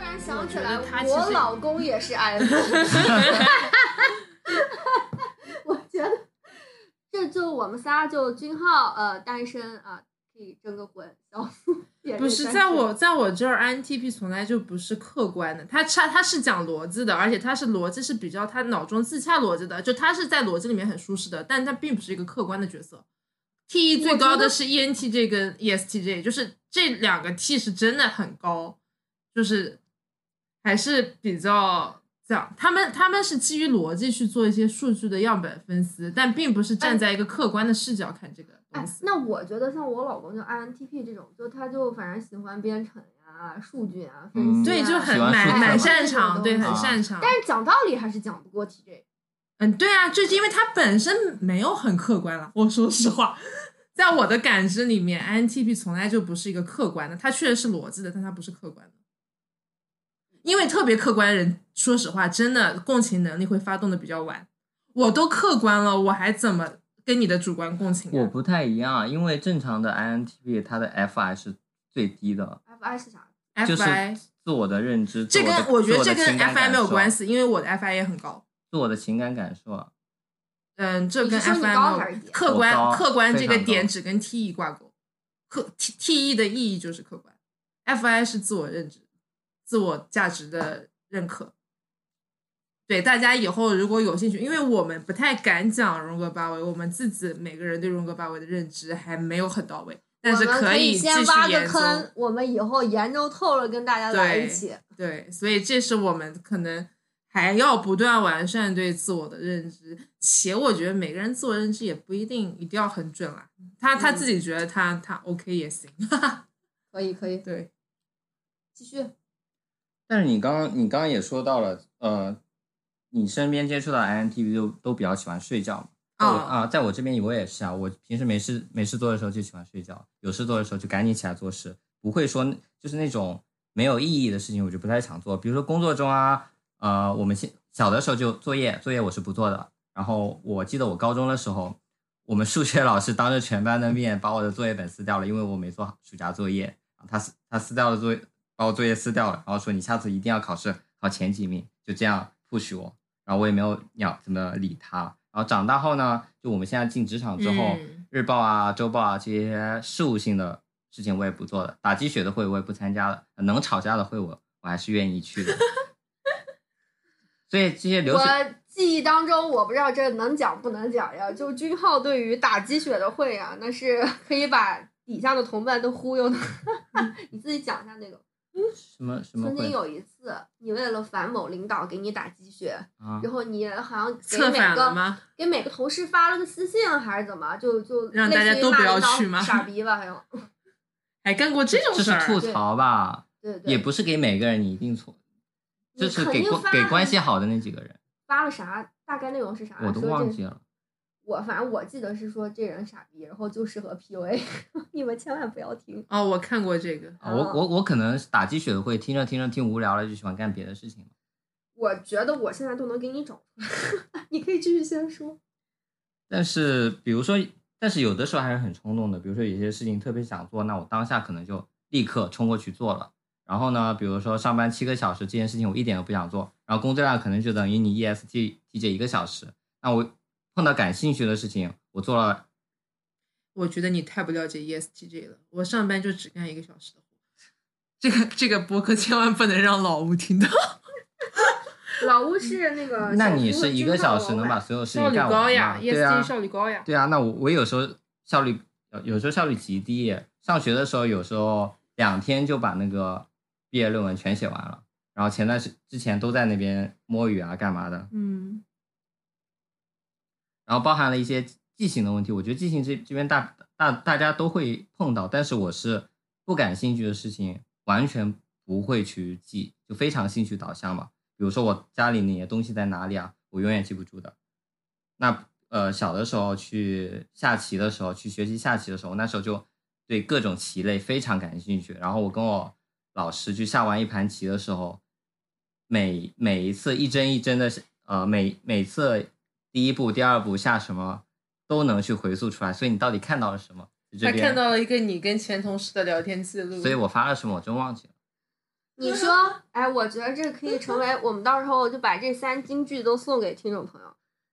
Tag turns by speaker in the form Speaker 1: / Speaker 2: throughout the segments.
Speaker 1: 然想起
Speaker 2: 我
Speaker 1: 来
Speaker 2: 觉得他，其实
Speaker 1: 我老公也是 INFP，我觉得这就我们仨就君浩呃单身啊，可以征个婚，小苏也
Speaker 2: 不是
Speaker 1: 单
Speaker 2: 在
Speaker 1: 身
Speaker 2: 我在我这儿，INTP 从来就不是客观的，他他他是讲逻辑的，而且他是逻辑是比较他脑中自洽逻辑的，就他是在逻辑里面很舒适的，但他并不是一个客观的角色。T E 最高的是 E N T J 跟 E S T J，就是这两个 T 是真的很高，就是还是比较讲他们他们是基于逻辑去做一些数据的样本分析，但并不是站在一个客观的视角看这个
Speaker 1: 哎
Speaker 2: 东西，。
Speaker 1: 那我觉得像我老公就 INTP 这种，就他就反正喜欢编程呀、数据啊、分析、啊
Speaker 3: 嗯
Speaker 2: 对，就很
Speaker 3: 喜欢数
Speaker 2: 蛮
Speaker 3: 据
Speaker 2: 蛮
Speaker 3: 嘛
Speaker 2: 擅长，对，
Speaker 3: 啊
Speaker 2: 很擅长。
Speaker 1: 但是讲道理还是讲不过 TJ。
Speaker 2: 嗯，对啊，就是因为它本身没有很客观了。我说实话，在我的感知里面，INTP 从来就不是一个客观的，它确实是逻辑的，但它不是客观的。因为特别客观的人，说实话，真的共情能力会发动的比较晚。我都客观了，我还怎么跟你的主观共情、
Speaker 3: 我
Speaker 2: 啊？
Speaker 3: 不太一样，因为正常的 INTP 它的 FI 是最低的，
Speaker 1: FI 是啥？
Speaker 2: 我
Speaker 3: 就是
Speaker 2: FI
Speaker 3: 自我的认知。
Speaker 2: 这
Speaker 3: 自我
Speaker 2: 跟
Speaker 3: 的
Speaker 2: 我觉得
Speaker 3: 自
Speaker 2: 这
Speaker 3: 我的
Speaker 2: 跟
Speaker 3: 情感
Speaker 2: FI
Speaker 3: 感
Speaker 2: 没有
Speaker 3: 受
Speaker 2: 关，系，因为我的 FI 也很高。
Speaker 3: 自我的情感感受。啊
Speaker 2: 嗯，这跟
Speaker 1: 你是说
Speaker 2: FI
Speaker 1: 你
Speaker 2: 没
Speaker 1: 高还是
Speaker 2: 有
Speaker 1: 低
Speaker 2: 客
Speaker 3: 我高
Speaker 2: 观客观
Speaker 3: 非
Speaker 2: 这个
Speaker 3: 常
Speaker 2: 点
Speaker 3: 高
Speaker 2: 只跟 TE 挂钩，客 T TE 的意义就是客观，FI 是自我认知、自我价值的认可。对大家以后如果有兴趣，因为我们不太敢讲荣格八维，我们自己每个人对荣格八维的认知还没有很到位，但是
Speaker 1: 我们可
Speaker 2: 以继
Speaker 1: 先
Speaker 2: 续
Speaker 1: 挖个
Speaker 2: 研究。
Speaker 1: 坑，我们以后研究透了跟大家来
Speaker 2: 对
Speaker 1: 一起。
Speaker 2: 对，所以这是我们可能还要不断完善对自我的认知，且我觉得每个人自我认知也不一定一定要很准啦，他他自己觉得他他 OK 也行，
Speaker 1: 可以可以，
Speaker 2: 对，
Speaker 1: 继续。
Speaker 3: 但是你刚刚你刚刚也说到了，呃，你身边接触到 INTP 都都比较喜欢睡觉嘛。在我
Speaker 2: 啊、
Speaker 3: 啊，在我这边我也是啊，我平时没事没事做的时候就喜欢睡觉，有事做的时候就赶紧起来做事，不会说就是那种没有意义的事情我就不太想做，比如说工作中啊，呃，我们现小的时候就作业作业我是不做的，然后我记得我高中的时候，我们数学老师当着全班的面把我的作业本撕掉了，因为我没做好暑假作业，啊他撕他撕掉了作业，把我作业撕掉了，然后说你下次一定要考试考前几名，就这样 push 我，然后我也没有鸟怎么理他。然后长大后呢，就我们现在进职场之后，
Speaker 2: 嗯
Speaker 3: 日报啊、周报啊这些事务性的事情我也不做了，打鸡血的会我也不参加了，能吵架的会我我还是愿意去的。 所以这些流
Speaker 1: 我
Speaker 3: 水
Speaker 1: 记忆当中，我不知道这能讲不能讲呀。就君浩对于打鸡血的会啊，那是可以把底下的同伴都忽悠的。 你自己讲一下那个。
Speaker 3: 什么什么
Speaker 1: 曾经
Speaker 3: 会
Speaker 1: 有一次，你为了反某领导给你打鸡血，
Speaker 3: 啊，
Speaker 1: 然后你好像给
Speaker 2: 策
Speaker 1: 每
Speaker 2: 反了
Speaker 1: 个
Speaker 2: 吗？
Speaker 1: 给每个同事发了个私信啊还是怎么，就就
Speaker 2: 让大
Speaker 1: 类
Speaker 2: 家
Speaker 1: 似于
Speaker 2: 都不
Speaker 1: 骂
Speaker 2: 要
Speaker 1: 领导
Speaker 2: 去吗
Speaker 1: 傻逼吧，还 有
Speaker 2: 还干过这种
Speaker 3: 这
Speaker 2: 事
Speaker 3: 是
Speaker 2: 儿？啊
Speaker 3: 吐槽吧，
Speaker 1: 对对，
Speaker 3: 也不是给每个人你一定错，
Speaker 1: 你
Speaker 3: 就是
Speaker 1: 肯
Speaker 3: 给
Speaker 1: 定
Speaker 3: 关
Speaker 1: 发
Speaker 3: 给
Speaker 1: 了
Speaker 3: 关系好的那几个人，
Speaker 1: 发了啥，大概内容是啥？
Speaker 3: 我都
Speaker 1: 说
Speaker 3: 忘
Speaker 1: 这
Speaker 3: 记了。
Speaker 1: 我反正我记得是说这人傻逼，然后就适合 PUA，你 们千万不要听。
Speaker 2: 哦，我看过这个，
Speaker 3: 啊我我我可能打鸡血的会听着听着听无聊了，就喜欢干别的事情了。
Speaker 1: 我觉得我现在都能给你找出来， 你可以继续先说。
Speaker 3: 但是比如说，但是有的时候还是很冲动的。比如说有些事情特别想做，那我当下可能就立刻冲过去做了。然后呢，比如说上班七个小时这件事情，我一点都不想做，然后工作量可能就等于你 EST t 这一个小时。那我碰到感兴趣的事情，我做了
Speaker 2: 我觉得你太不了解 E ESTJ 了，我上班就只干一个小时的活。这个这个播客千万不能让老吴听到。
Speaker 1: 老吴是那个，
Speaker 3: 那你是一个小时能把？所有事
Speaker 2: 效
Speaker 3: 情
Speaker 2: 率
Speaker 3: 干
Speaker 2: 高，E
Speaker 3: 完吗
Speaker 2: 呀？
Speaker 3: 对啊
Speaker 2: ，ESTJ，效率高呀。
Speaker 3: 对啊。那我我有时候效率有有时候效率极低，上学的时候有时候两天就把那个毕业论文全写完了，然后前段时之前都在那边摸鱼啊干嘛的，
Speaker 2: 嗯，
Speaker 3: 然后包含了一些记性的问题。我觉得记性这这边大大大家都会碰到，但是我是不感兴趣的事情完全不会去记，就非常兴趣导向嘛。比如说我家里那些东西在哪里啊，我永远记不住的。那呃，小的时候去下棋的时候，去学习下棋的时候，那时候就对各种棋类非常感兴趣。然后我跟我老师去下完一盘棋的时候，每每一次一帧一帧的，呃，每每次第一步、第二步下什么都能去回溯出来，所以你到底看到了什么？就这
Speaker 2: 他
Speaker 3: 边
Speaker 2: 看到了一个你跟前同事的聊天记录，
Speaker 3: 所以我发了什么我真忘记了。
Speaker 1: 你说，哎，我觉得这可以成为我们到时候就把这三金句都送给听众朋友。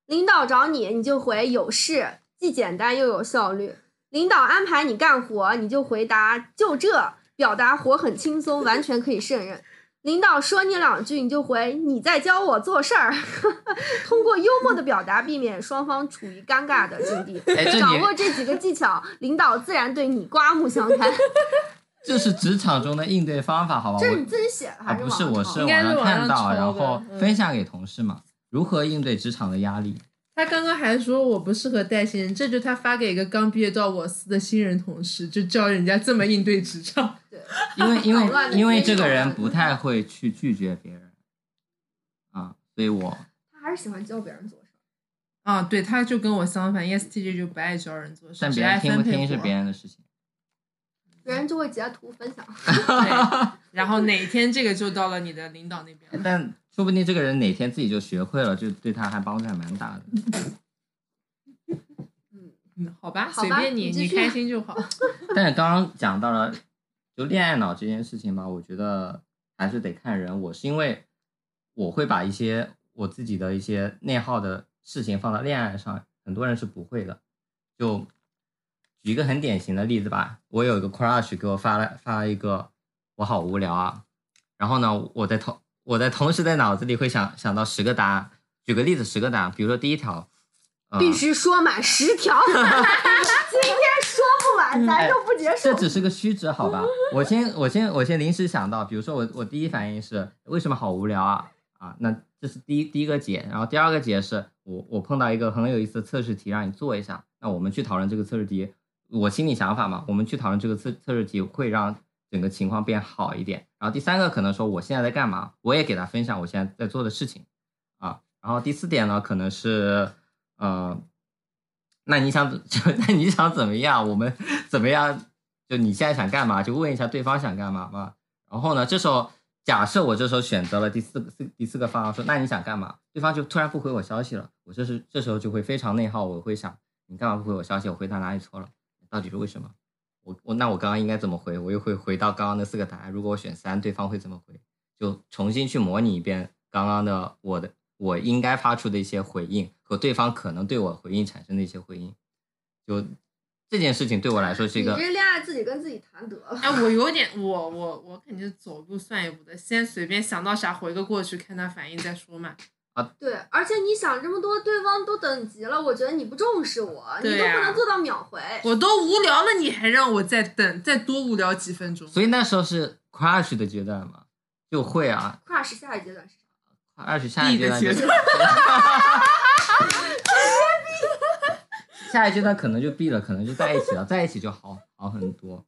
Speaker 1: 领导找你，你就回有事，既简单又有效率。领导安排你干活，你就回答就这，表达活很轻松，完全可以胜任。领导说你两句，你就回你在教我做事儿。 通过幽默的表达，避免双方处于尴尬的境地。
Speaker 3: 哎，这
Speaker 1: 掌
Speaker 3: 你
Speaker 1: 握这几个技巧，领导自然对你刮目相看。
Speaker 3: 这是职场中的应对方法，好吧？
Speaker 1: 这是你
Speaker 3: 我
Speaker 1: 自己写的
Speaker 3: 啊
Speaker 1: 还是
Speaker 3: 不
Speaker 1: 网
Speaker 3: 是，
Speaker 1: 上
Speaker 3: 我
Speaker 1: 抄
Speaker 3: 是
Speaker 1: 的
Speaker 2: 应该
Speaker 3: 网
Speaker 2: 是
Speaker 3: 上
Speaker 2: 网
Speaker 3: 看
Speaker 2: 上
Speaker 3: 到，
Speaker 2: 抄
Speaker 3: 然
Speaker 2: 的
Speaker 3: 后
Speaker 2: 嗯
Speaker 3: 分享给同事嘛，如何应对职场的压力。
Speaker 2: 他刚刚还说我不适合带新人，这就是他发给一个刚毕业到我司的新人同事，就教人家这么应对职场。
Speaker 1: 对，
Speaker 3: 因为因
Speaker 1: 捣乱
Speaker 3: 为
Speaker 1: 的
Speaker 3: 因为
Speaker 1: 那
Speaker 3: 这个
Speaker 1: 种
Speaker 3: 人
Speaker 2: 嗯
Speaker 3: 不太会去拒绝别人啊，所以我
Speaker 1: 他还是喜欢教别人做事儿。
Speaker 2: 啊，对，他就跟我相反，ESTJ ，E 就不爱教人做事，
Speaker 3: 但
Speaker 2: 只
Speaker 3: 别
Speaker 2: 爱
Speaker 3: 人听不
Speaker 2: 分配
Speaker 3: 听是
Speaker 2: 活
Speaker 3: 别人的事情。
Speaker 1: 别人就会截图分享。
Speaker 2: 对，然后哪天这个就到了你的领导那边了。
Speaker 3: 但说不定这个人哪天自己就学会了，就对他还帮助还蛮大的。
Speaker 2: 嗯，好吧，
Speaker 1: 好
Speaker 2: 随
Speaker 1: 吧
Speaker 2: 便
Speaker 1: 你
Speaker 2: 你，
Speaker 1: 继
Speaker 2: 你
Speaker 1: 续
Speaker 2: 开心就好。
Speaker 3: 但是刚刚讲到了就恋爱脑这件事情吧，我觉得还是得看人。我是因为我会把一些我自己的一些内耗的事情放到恋爱上，很多人是不会的。就举一个很典型的例子吧，我有一个 crush 给我发了发了一个我好无聊啊，然后呢，我在同我在同时在脑子里会想想到十个答案。举个例子，十个答案，比如说第一条，呃、
Speaker 1: 必须说满十 条，今天说不完，咱就不结束
Speaker 3: 嗯哎这。只是个虚指，好吧？我先，我先，我先临时想到，比如说我，我第一反应是为什么好无聊啊啊？那这是第一第一个解，然后第二个解是我我碰到一个很有意思的测试题，让你做一下，那我们去讨论这个测试题，我心里想法嘛，我们去讨论这个测测试题会让整个情况变好一点。然后第三个可能说我现在在干嘛，我也给他分享我现在在做的事情啊。然后第四点呢，可能是呃，那你想怎 那你想怎么样？我们怎么样？就你现在想干嘛？就问一下对方想干嘛嘛。然后呢，这时候假设我这时候选择了第四个四第四个方案，说那你想干嘛？对方就突然不回我消息了，我这是这时候就会非常内耗，我会想你干嘛不回我消息？我回答哪里错了？到底是为什么？我我那我刚刚应该怎么回？我又会回到刚刚那四个答案。如果我选三，对方会怎么回？就重新去模拟一遍刚刚的我的我应该发出的一些回应和对方可能对我回应产生的一些回应。就这件事情对我来说是一
Speaker 1: 你
Speaker 3: 个
Speaker 1: 这恋爱自己跟自己谈得了。
Speaker 2: 哎，我有点，我我我肯定是走一步算一步的，先随便想到啥回个过去，看他反应再说嘛。
Speaker 1: 对，而且你想这么多，对方都等急了，我觉得你不重视我，你
Speaker 2: 对
Speaker 1: 都
Speaker 2: 呀
Speaker 3: 啊
Speaker 1: 不能做到秒回。
Speaker 2: 我都无聊了，你还让我再等，再多无聊几分钟。
Speaker 3: 所以那时候是 crush 的阶段嘛，就会啊
Speaker 1: crush 下一阶段是啥？
Speaker 3: ，crush 下一阶段就
Speaker 2: 的阶
Speaker 3: 下一阶段可能就 B 了，可能就在一起了，在一起就好好很多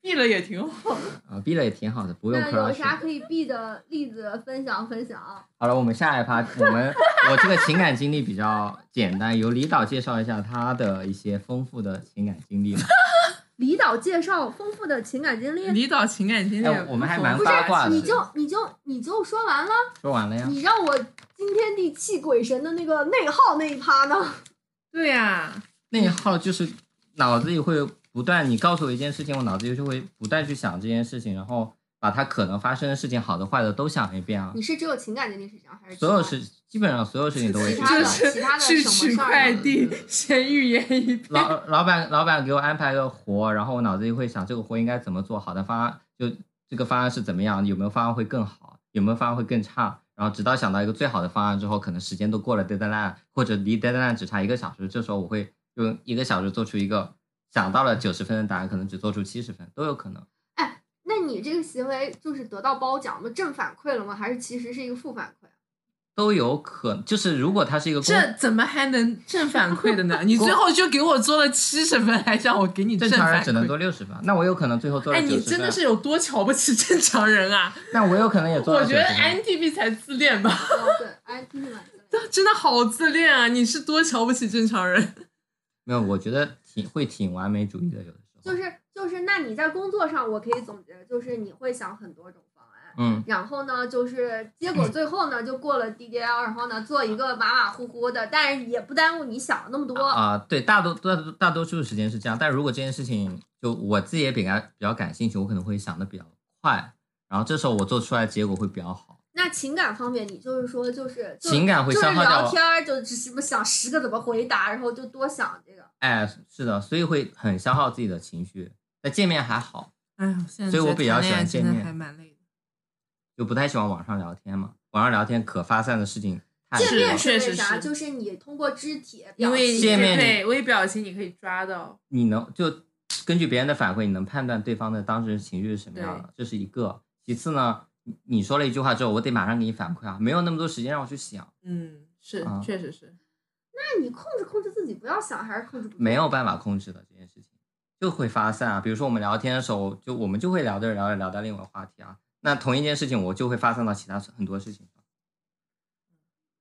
Speaker 2: 闭了也挺好。
Speaker 3: 啊，B 了也挺好的，不用
Speaker 1: 那
Speaker 3: crush。
Speaker 1: 有啥可以避的例子分享分享？
Speaker 3: 好了，我们下一趴，我们我这个情感经历比较简单，由李导介绍一下他的一些丰富的情感经历吧。
Speaker 1: 李导介绍丰富的情感经历，
Speaker 2: 离岛情感经历
Speaker 3: 哎，我们还蛮
Speaker 1: 不是
Speaker 3: 八卦
Speaker 1: 你
Speaker 3: 的。
Speaker 1: 就你就你就说完了，
Speaker 3: 说完了呀，
Speaker 1: 你让我惊天地泣鬼神的那个内耗那一趴呢？
Speaker 2: 对啊呀、
Speaker 3: 内耗就是脑子里会不断，你告诉我一件事情，我脑子里就会不断去想这件事情，然后把它可能发生的事情，好的坏的都想一遍啊
Speaker 1: 你。是只有情感经历是这样，还是
Speaker 3: 所有
Speaker 1: 其他
Speaker 3: 事基本上所有事情都会
Speaker 1: 其
Speaker 3: 去
Speaker 1: 他的
Speaker 2: 就
Speaker 3: 想。
Speaker 1: 其
Speaker 2: 是
Speaker 1: 他的
Speaker 2: 去
Speaker 1: 什么
Speaker 2: 取
Speaker 1: 事儿
Speaker 2: 快
Speaker 1: 呢
Speaker 2: 递，先预言一 遍。
Speaker 3: 老老板老板给我安排个活，然后我脑子里会想这个活应该怎么做，好的方案就这个方案是怎么样，有没有方案会更好，有没有方案会更差，然后直到想到一个最好的方案之后，可能时间都过了 deadline，或者离 deadline 只差一个小时，这时候我会用一个小时做出一个想到了九十分的答案，可能只做出七十分都有可能。
Speaker 1: 那你这个行为就是得到褒奖了，正反馈了吗？还是其实是一个负反馈？啊
Speaker 3: 都有可，就是如果它是一个公
Speaker 2: 这怎么还能正反馈的 呢？你最后就给我做了七十分，还让我给你
Speaker 3: 正常
Speaker 2: 反
Speaker 3: 人只能
Speaker 2: 馈。
Speaker 3: 做六十分，那我有可能最后做了
Speaker 2: 哎，
Speaker 3: 九十
Speaker 2: 你
Speaker 3: 分，啊
Speaker 2: 真的是有多瞧不起正常人啊！
Speaker 3: 那我有可能也 做了
Speaker 2: 我
Speaker 3: 九
Speaker 2: 觉
Speaker 3: 十
Speaker 2: 得哎
Speaker 3: 分。
Speaker 2: INTP 才自恋吧，
Speaker 1: 哦，对，I T 满分。
Speaker 2: 真的好自恋啊！你是多瞧不起正常人？
Speaker 3: 没有，我觉得挺会挺完美主义的，有的时候。
Speaker 1: 就是就是，那你在工作上，我可以总结，就是你会想很多种方案，
Speaker 3: 嗯，
Speaker 1: 然后呢，就是结果最后呢就过了 DDL，然后呢做一个马马虎虎的，但是也不耽误你想那么多。
Speaker 3: 啊、对，大多大多大多数时间是这样，但如果这件事情就我自己也比较比较感兴趣，我可能会想的比较快，然后这时候我做出来的结果会比较好。
Speaker 1: 那情感方面，你就是说就是就
Speaker 3: 情感会消耗
Speaker 1: 就是聊
Speaker 3: 掉，啊
Speaker 1: 天儿，就只什么想十个怎么回答，然后就多想这个。
Speaker 3: 哎，是的，所以会很消耗自己的情绪。那见面还好，
Speaker 2: 哎呀，现在
Speaker 3: 所以我
Speaker 2: 觉得
Speaker 3: 比较
Speaker 2: 谈恋爱
Speaker 3: 喜欢见
Speaker 2: 真的
Speaker 3: 面
Speaker 2: 还蛮累的。
Speaker 3: 就不太喜欢网上聊天嘛。网上聊天可发散的事情太
Speaker 1: 见
Speaker 3: 多
Speaker 1: 面
Speaker 3: 了。
Speaker 1: 是
Speaker 2: 确实
Speaker 1: 为啥？
Speaker 2: 是
Speaker 1: 就是你通过肢体表
Speaker 2: 因为
Speaker 1: 情
Speaker 3: 见面
Speaker 2: 对微表情你可以抓到，
Speaker 3: 你能就根据别人的反馈，你能判断对方的当时情绪是什么样的，这是一个。其次呢，你你说了一句话之后，我得马上给你反馈啊，没有那么多时间让我去想，
Speaker 2: 嗯，是
Speaker 3: 啊
Speaker 2: 确实是，
Speaker 1: 那你控制控制自己，不要想，还是控制不住
Speaker 3: 没有办法控制的这件事情就会发散啊。比如说我们聊天的时候，就我们就会聊着聊着聊到另外话题啊，那同一件事情我就会发散到其他很多事情上。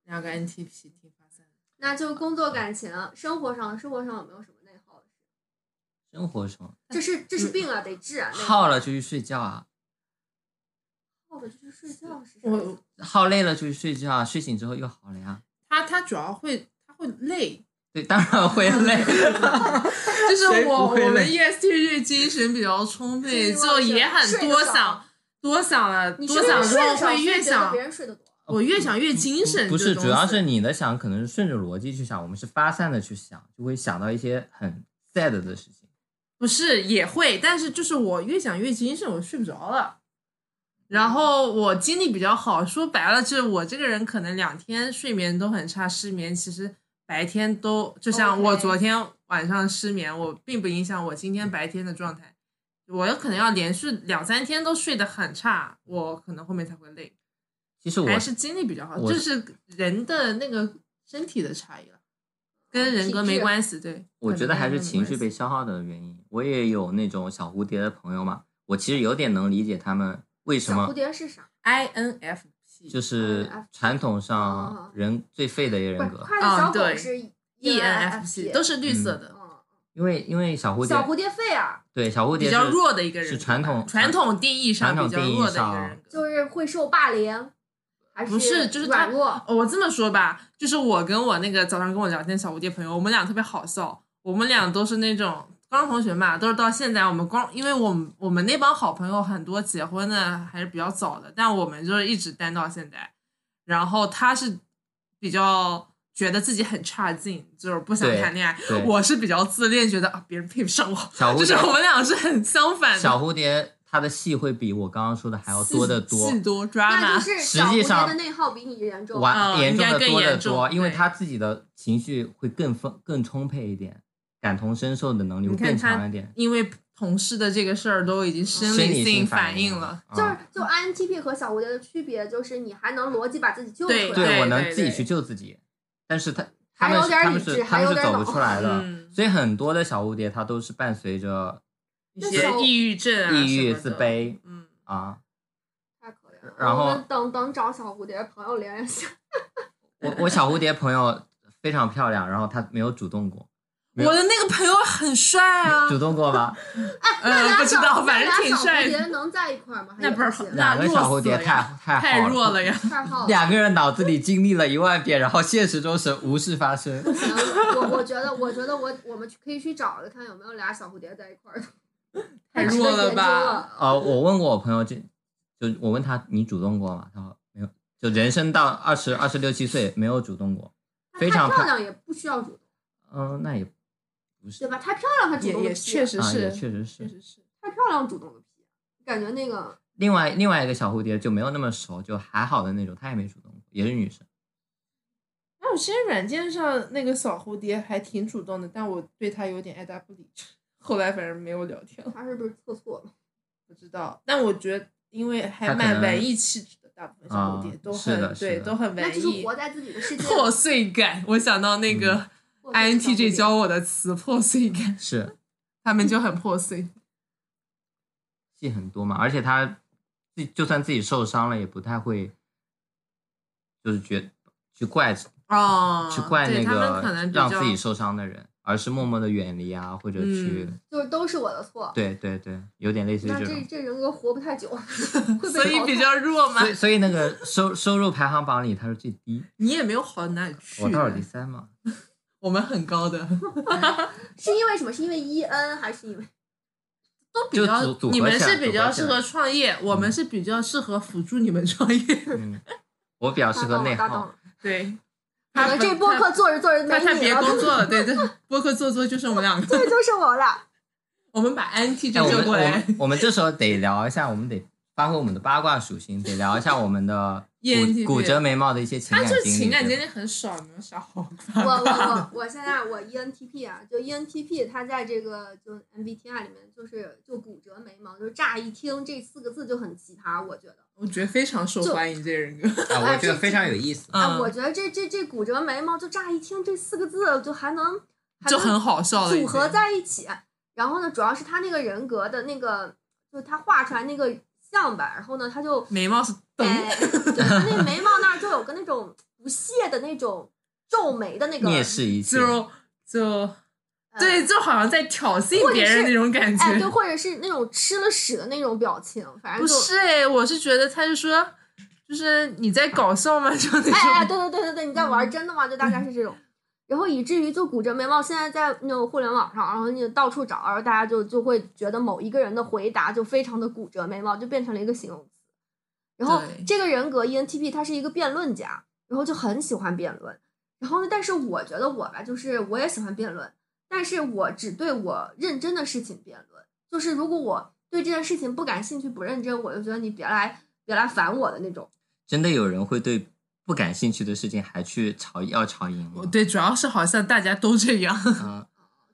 Speaker 2: 两个 NTP 挺发散的。
Speaker 1: 那就工作、感情、生活上，生活上有没有什么内耗的事？
Speaker 3: 生活中
Speaker 1: 这是这是病啊，得治啊。内
Speaker 3: 耗了就去睡觉啊，
Speaker 1: 耗的哦就是睡觉是啥意思
Speaker 2: 我？
Speaker 3: 耗累了就去睡觉啊，睡醒之后又好了呀。
Speaker 2: 他他主要会他会累，
Speaker 3: 对，当然会累。
Speaker 2: 就是
Speaker 3: 谁
Speaker 2: 我
Speaker 3: 不
Speaker 2: 我
Speaker 3: 会
Speaker 2: 们
Speaker 3: 累
Speaker 2: ESTJ 精神比较充沛，就也很多想。多想了，
Speaker 1: 你
Speaker 2: 多
Speaker 1: 是不
Speaker 2: 想
Speaker 1: 是
Speaker 2: 之
Speaker 1: 睡
Speaker 2: 后
Speaker 1: 得少，
Speaker 2: 会
Speaker 1: 是
Speaker 2: 越
Speaker 1: 觉得
Speaker 2: 想
Speaker 1: 别，人睡得多。
Speaker 2: 我越想越精神。
Speaker 3: 不
Speaker 2: 这
Speaker 3: 是，
Speaker 2: 种
Speaker 3: 主要
Speaker 2: 死
Speaker 3: 是你的想可能是顺着逻辑去想，我们是发散的去想，就会想到一些很 sad 的事情。
Speaker 2: 不是也会，但是就是我越想越精神，我睡不着了。
Speaker 3: 嗯
Speaker 2: 然后我精力比较好，说白了，就是我这个人可能两天睡眠都很差，失眠其实白天都就像
Speaker 1: OK
Speaker 2: 我昨天晚上失眠，我并不影响我今天白天的状态。我有可能要连续两三天都睡得很差，我可能后面才会累，
Speaker 3: 其实我
Speaker 2: 还是精力比较好，
Speaker 3: 我
Speaker 2: 就是人的那个身体的差异了，跟人格
Speaker 1: 体质
Speaker 2: 没关系。对，
Speaker 3: 我觉得还是情绪被
Speaker 2: 被
Speaker 3: 消耗的原因。我也有那种小蝴蝶的朋友嘛，我其实有点能理解他们为什
Speaker 1: 小蝴
Speaker 3: 么，
Speaker 1: 蝶是啥？
Speaker 2: INFP
Speaker 3: 就是
Speaker 1: 嗯
Speaker 3: 传统
Speaker 1: 哦
Speaker 3: 上人最废的一个
Speaker 1: 不是
Speaker 3: 人格，
Speaker 1: 快乐小
Speaker 2: 嗯对
Speaker 1: 狗是
Speaker 2: E N F P 都
Speaker 1: 是。
Speaker 2: 是绿色的，
Speaker 1: 嗯
Speaker 3: 因为因为小蝴
Speaker 1: 小
Speaker 3: 蝶
Speaker 1: 蝴蝶肺啊，
Speaker 3: 对小蝴蝶
Speaker 2: 比较
Speaker 3: 嗯是
Speaker 2: 弱的一个人格
Speaker 3: 是
Speaker 2: 吧
Speaker 3: 传统
Speaker 2: 传统定义上
Speaker 3: 传
Speaker 2: 比
Speaker 3: 统
Speaker 2: 较
Speaker 3: 定义
Speaker 2: 弱的一个
Speaker 3: 上
Speaker 2: 人格。
Speaker 1: 就是会受霸凌，还
Speaker 2: 不是就是他
Speaker 1: 软弱？
Speaker 2: 哦我这么说吧，就是我跟我那个早上跟我聊天的小蝴蝶朋友，我们俩特别好笑，我们俩都是那种高中同学嘛，都是到现在我们光，因为我们我们那帮好朋友很多结婚的还是比较早的，但我们就是一直单到现在。然后他是比较觉得自己很差劲，就是不想
Speaker 3: 对
Speaker 2: 谈恋爱。
Speaker 3: 对
Speaker 2: 我是比较自恋，觉得啊别人配不上我，
Speaker 3: 小
Speaker 2: 就
Speaker 3: 蝴
Speaker 2: 是
Speaker 3: 蝶
Speaker 2: 我们俩是很相反的，
Speaker 3: 小蝴蝶，它的戏会比我刚刚说的还要
Speaker 2: 戏
Speaker 3: 多得多，
Speaker 2: 戏多
Speaker 1: 那
Speaker 2: drama，
Speaker 1: 就是
Speaker 3: 实
Speaker 1: 小蝴
Speaker 3: 际
Speaker 1: 蝶
Speaker 3: 上
Speaker 1: 的内耗比你严重。
Speaker 3: 完
Speaker 2: 嗯
Speaker 3: 严重
Speaker 2: 应该
Speaker 3: 的
Speaker 2: 更
Speaker 3: 多
Speaker 2: 严
Speaker 3: 得
Speaker 2: 重
Speaker 3: 多，因为
Speaker 2: 对
Speaker 3: 他自己的情绪会更丰更充沛一点，感同身受的能力
Speaker 2: 你
Speaker 3: 会
Speaker 2: 看
Speaker 3: 更
Speaker 2: 他
Speaker 3: 强一点，
Speaker 2: 因为同事的这个事儿都已经生
Speaker 3: 生
Speaker 2: 理
Speaker 3: 理
Speaker 2: 性
Speaker 3: 反
Speaker 2: 应了
Speaker 3: 了。。
Speaker 1: 就
Speaker 3: 啊
Speaker 1: 是就 INTP 和小蝴蝶的区别，就是你还能逻辑把自己救出
Speaker 2: 对
Speaker 1: 来。
Speaker 3: 对我
Speaker 2: 对
Speaker 3: 能自己
Speaker 2: 对
Speaker 3: 去救自己，但是他他
Speaker 1: 还有
Speaker 3: 们是
Speaker 1: 点
Speaker 3: 他
Speaker 1: 理
Speaker 3: 们
Speaker 1: 智
Speaker 3: 是
Speaker 1: 还
Speaker 3: 他们
Speaker 1: 有
Speaker 3: 是
Speaker 1: 点
Speaker 3: 走不
Speaker 1: 脑
Speaker 3: 出来的，
Speaker 2: 嗯，
Speaker 3: 所以很多的小蝴蝶它都是伴随着
Speaker 2: 一
Speaker 1: 那
Speaker 2: 些
Speaker 1: 时候
Speaker 2: 抑郁症啊，
Speaker 3: 抑郁、自，卑
Speaker 2: 嗯，
Speaker 3: 啊。
Speaker 1: 太可怜了。
Speaker 3: 呃然后
Speaker 1: 我们等等找小蝴蝶朋友联系一 下。
Speaker 3: 我我小蝴蝶朋友非常漂亮，然后她没有主动过，没有
Speaker 2: 我的那个朋友很帅啊，
Speaker 3: 主动过吧？
Speaker 1: 哎，
Speaker 2: 呃
Speaker 1: 那俩
Speaker 2: 不知道
Speaker 1: 小
Speaker 2: 反正
Speaker 1: 那俩
Speaker 2: 挺
Speaker 1: 小
Speaker 2: 帅
Speaker 1: 蝴
Speaker 2: 的
Speaker 1: 蝶能在一块儿吗？还
Speaker 2: 那
Speaker 1: 有
Speaker 2: 不是
Speaker 1: 戏
Speaker 2: 那
Speaker 3: 两个小
Speaker 2: 弱
Speaker 3: 蝴
Speaker 2: 死
Speaker 3: 蝶
Speaker 2: 了
Speaker 3: 太
Speaker 2: 呀
Speaker 3: 太
Speaker 2: 太
Speaker 3: 好
Speaker 2: 弱了呀。
Speaker 1: 太好了。
Speaker 3: 两个人脑子里经历了一万遍，然后现实中是无事发生。
Speaker 1: 行我我觉得，我觉得我我们去可以去找一看有没有俩小蝴蝶在一 块儿的，
Speaker 2: 太
Speaker 1: 值得
Speaker 2: 弱了
Speaker 1: 研究
Speaker 2: 吧
Speaker 1: 了
Speaker 3: 呃，我问过我朋友，这就我问他你主动过吗？他说没有，就人生到二十二十六七岁没有主动过。非常
Speaker 1: 她漂
Speaker 3: 漂
Speaker 1: 亮也不需要主动，
Speaker 3: 嗯，那也不是
Speaker 1: 对
Speaker 3: 啊
Speaker 1: 吧？太漂亮，她主
Speaker 2: 也
Speaker 1: 动个
Speaker 2: 也
Speaker 1: 屁
Speaker 2: 确实，
Speaker 3: 也
Speaker 2: 是，
Speaker 3: 确实
Speaker 2: 确
Speaker 3: 是。
Speaker 2: 实是。
Speaker 1: 太漂亮主动个屁，感觉那个
Speaker 3: 另外另外一个小蝴蝶就没有那么熟，就还好的那种，她也没主动过，也是女生。
Speaker 2: 还有些软件上那个小蝴蝶还挺主动的，但我对他有点爱答不理。 后来反正没有聊天了，
Speaker 1: 她是不是测错了？
Speaker 2: 不知道。但我觉得，因为还
Speaker 3: 他可
Speaker 2: 蛮
Speaker 3: 能
Speaker 2: 文艺气质的，大部分小蝴
Speaker 3: 啊
Speaker 2: 蝶都
Speaker 3: 是
Speaker 2: 很、
Speaker 3: 的是
Speaker 2: 对，
Speaker 3: 的
Speaker 2: 都很
Speaker 1: 那
Speaker 2: 文
Speaker 1: 就是
Speaker 2: 艺。
Speaker 1: 活在自己的世界里。
Speaker 2: 破碎感，我想到那
Speaker 3: 嗯
Speaker 2: 个
Speaker 1: 我
Speaker 2: INTJ 教我的词“破碎感
Speaker 3: 是”，
Speaker 2: 他们就很破碎。
Speaker 3: 戏很多嘛，而且她自就算自己受伤了，也不太会，就是觉去怪
Speaker 2: 哦
Speaker 3: 去怪
Speaker 2: 对
Speaker 3: 那
Speaker 2: 他们可
Speaker 3: 个
Speaker 2: 能比较
Speaker 3: 让自己受伤的人，而是默默的远离啊，或者去、
Speaker 2: 嗯
Speaker 1: 就是都是我的错。
Speaker 3: 对对对，有点类似于
Speaker 1: 那
Speaker 3: 这
Speaker 1: 这
Speaker 3: 种。
Speaker 1: 这人格活不太久，会
Speaker 2: 所
Speaker 1: 被淘
Speaker 2: 以
Speaker 1: 汰
Speaker 2: 比较弱嘛
Speaker 3: 所。以所以那个收收入排行榜里他是最低，
Speaker 2: 你也没有好到哪里去
Speaker 3: 我倒是第
Speaker 2: 的，
Speaker 3: 三嘛。
Speaker 2: 我们很高的，
Speaker 1: 是因为什么？是因为 E N 还是因为
Speaker 2: 都比
Speaker 3: 就
Speaker 2: 较
Speaker 3: 组组，合
Speaker 2: 你们
Speaker 3: 起来
Speaker 2: 是比
Speaker 3: 组合
Speaker 2: 较
Speaker 3: 起
Speaker 2: 适
Speaker 3: 来
Speaker 2: 合创业，我们是比较适合辅助你们创业。
Speaker 3: 嗯，我比较适
Speaker 1: 大
Speaker 3: 合
Speaker 1: 懂
Speaker 3: 内
Speaker 1: 了，大懂
Speaker 3: 耗
Speaker 1: 了。。
Speaker 2: 对，
Speaker 1: 可能这播客做着做着没
Speaker 2: 他他
Speaker 1: 你
Speaker 2: 别
Speaker 1: 了，
Speaker 2: 工 作了，对，这播客做做就是我们两个，
Speaker 1: 这就是我 了。
Speaker 2: 我们把 NT
Speaker 3: 哎，
Speaker 2: 拯
Speaker 3: 我
Speaker 2: 救
Speaker 3: 们我
Speaker 2: 过来，
Speaker 3: 们我们这时 候得聊一下，我们得发挥我们的八卦属性，得聊一下我们 的
Speaker 2: ENTP
Speaker 3: 骨骨折眉毛的一些情
Speaker 2: 他
Speaker 3: 感
Speaker 2: 就
Speaker 3: 经历。
Speaker 2: 情感
Speaker 3: 对
Speaker 2: 经
Speaker 3: 吧
Speaker 2: 历很少，没有少好
Speaker 1: 我我
Speaker 2: 吧。
Speaker 1: 我我现在我 ENTP 啊，就 ENTP，它在这个就 MBTI 里面就是就骨折眉毛，就是乍一听这四个字就很奇葩，我觉得。
Speaker 2: 我觉得非常受
Speaker 1: 就
Speaker 2: 欢迎这个人格。
Speaker 3: 啊，我 觉得非常有意思。
Speaker 1: 啊，我觉得这这这骨折眉毛，就乍一听这四个字就还能还
Speaker 2: 就
Speaker 1: 能
Speaker 2: 很好笑了，
Speaker 1: 组合在一起。然后呢，主要是他那个人格的那个，就是他画出来那个像吧。然后呢，他就
Speaker 2: 眉毛是灯，
Speaker 1: 哎，对他那眉毛那儿就有个那种不屑的那种皱眉的那个，
Speaker 3: 蔑视一切，
Speaker 2: 就就
Speaker 1: 呃
Speaker 2: 对，就好像在挑衅别人那种感
Speaker 1: 哎，对，
Speaker 2: 觉。
Speaker 1: 或者是那种吃了屎的那种表情，反正
Speaker 2: 不
Speaker 1: 就是
Speaker 2: 哎，我是觉得他就说，就是你在搞笑吗？ 就嗯那种。
Speaker 1: 哎哎，对对对对对，你在玩真的吗？就大概是这种，然后以至于就骨折眉毛，现在在那种互联网上，然后你到处找，然后大家就就会觉得某一个人的回答就非常的骨折眉毛，就变成了一个形容词。然后
Speaker 2: 对
Speaker 1: 这个人格 E ENTP 他是一个辩论家，然后就很喜欢辩论。然后呢，但是我觉得我吧，就是我也喜欢辩论，但是我只对我认真的事情辩论。就是如果我对这件事情不感兴趣、不认真，我就觉得你别来别来烦我的那种。
Speaker 3: 真的有人会对不感兴趣的事情还去吵，要吵赢吗
Speaker 2: 我哦对，主要是好像大家都这样。
Speaker 3: 啊，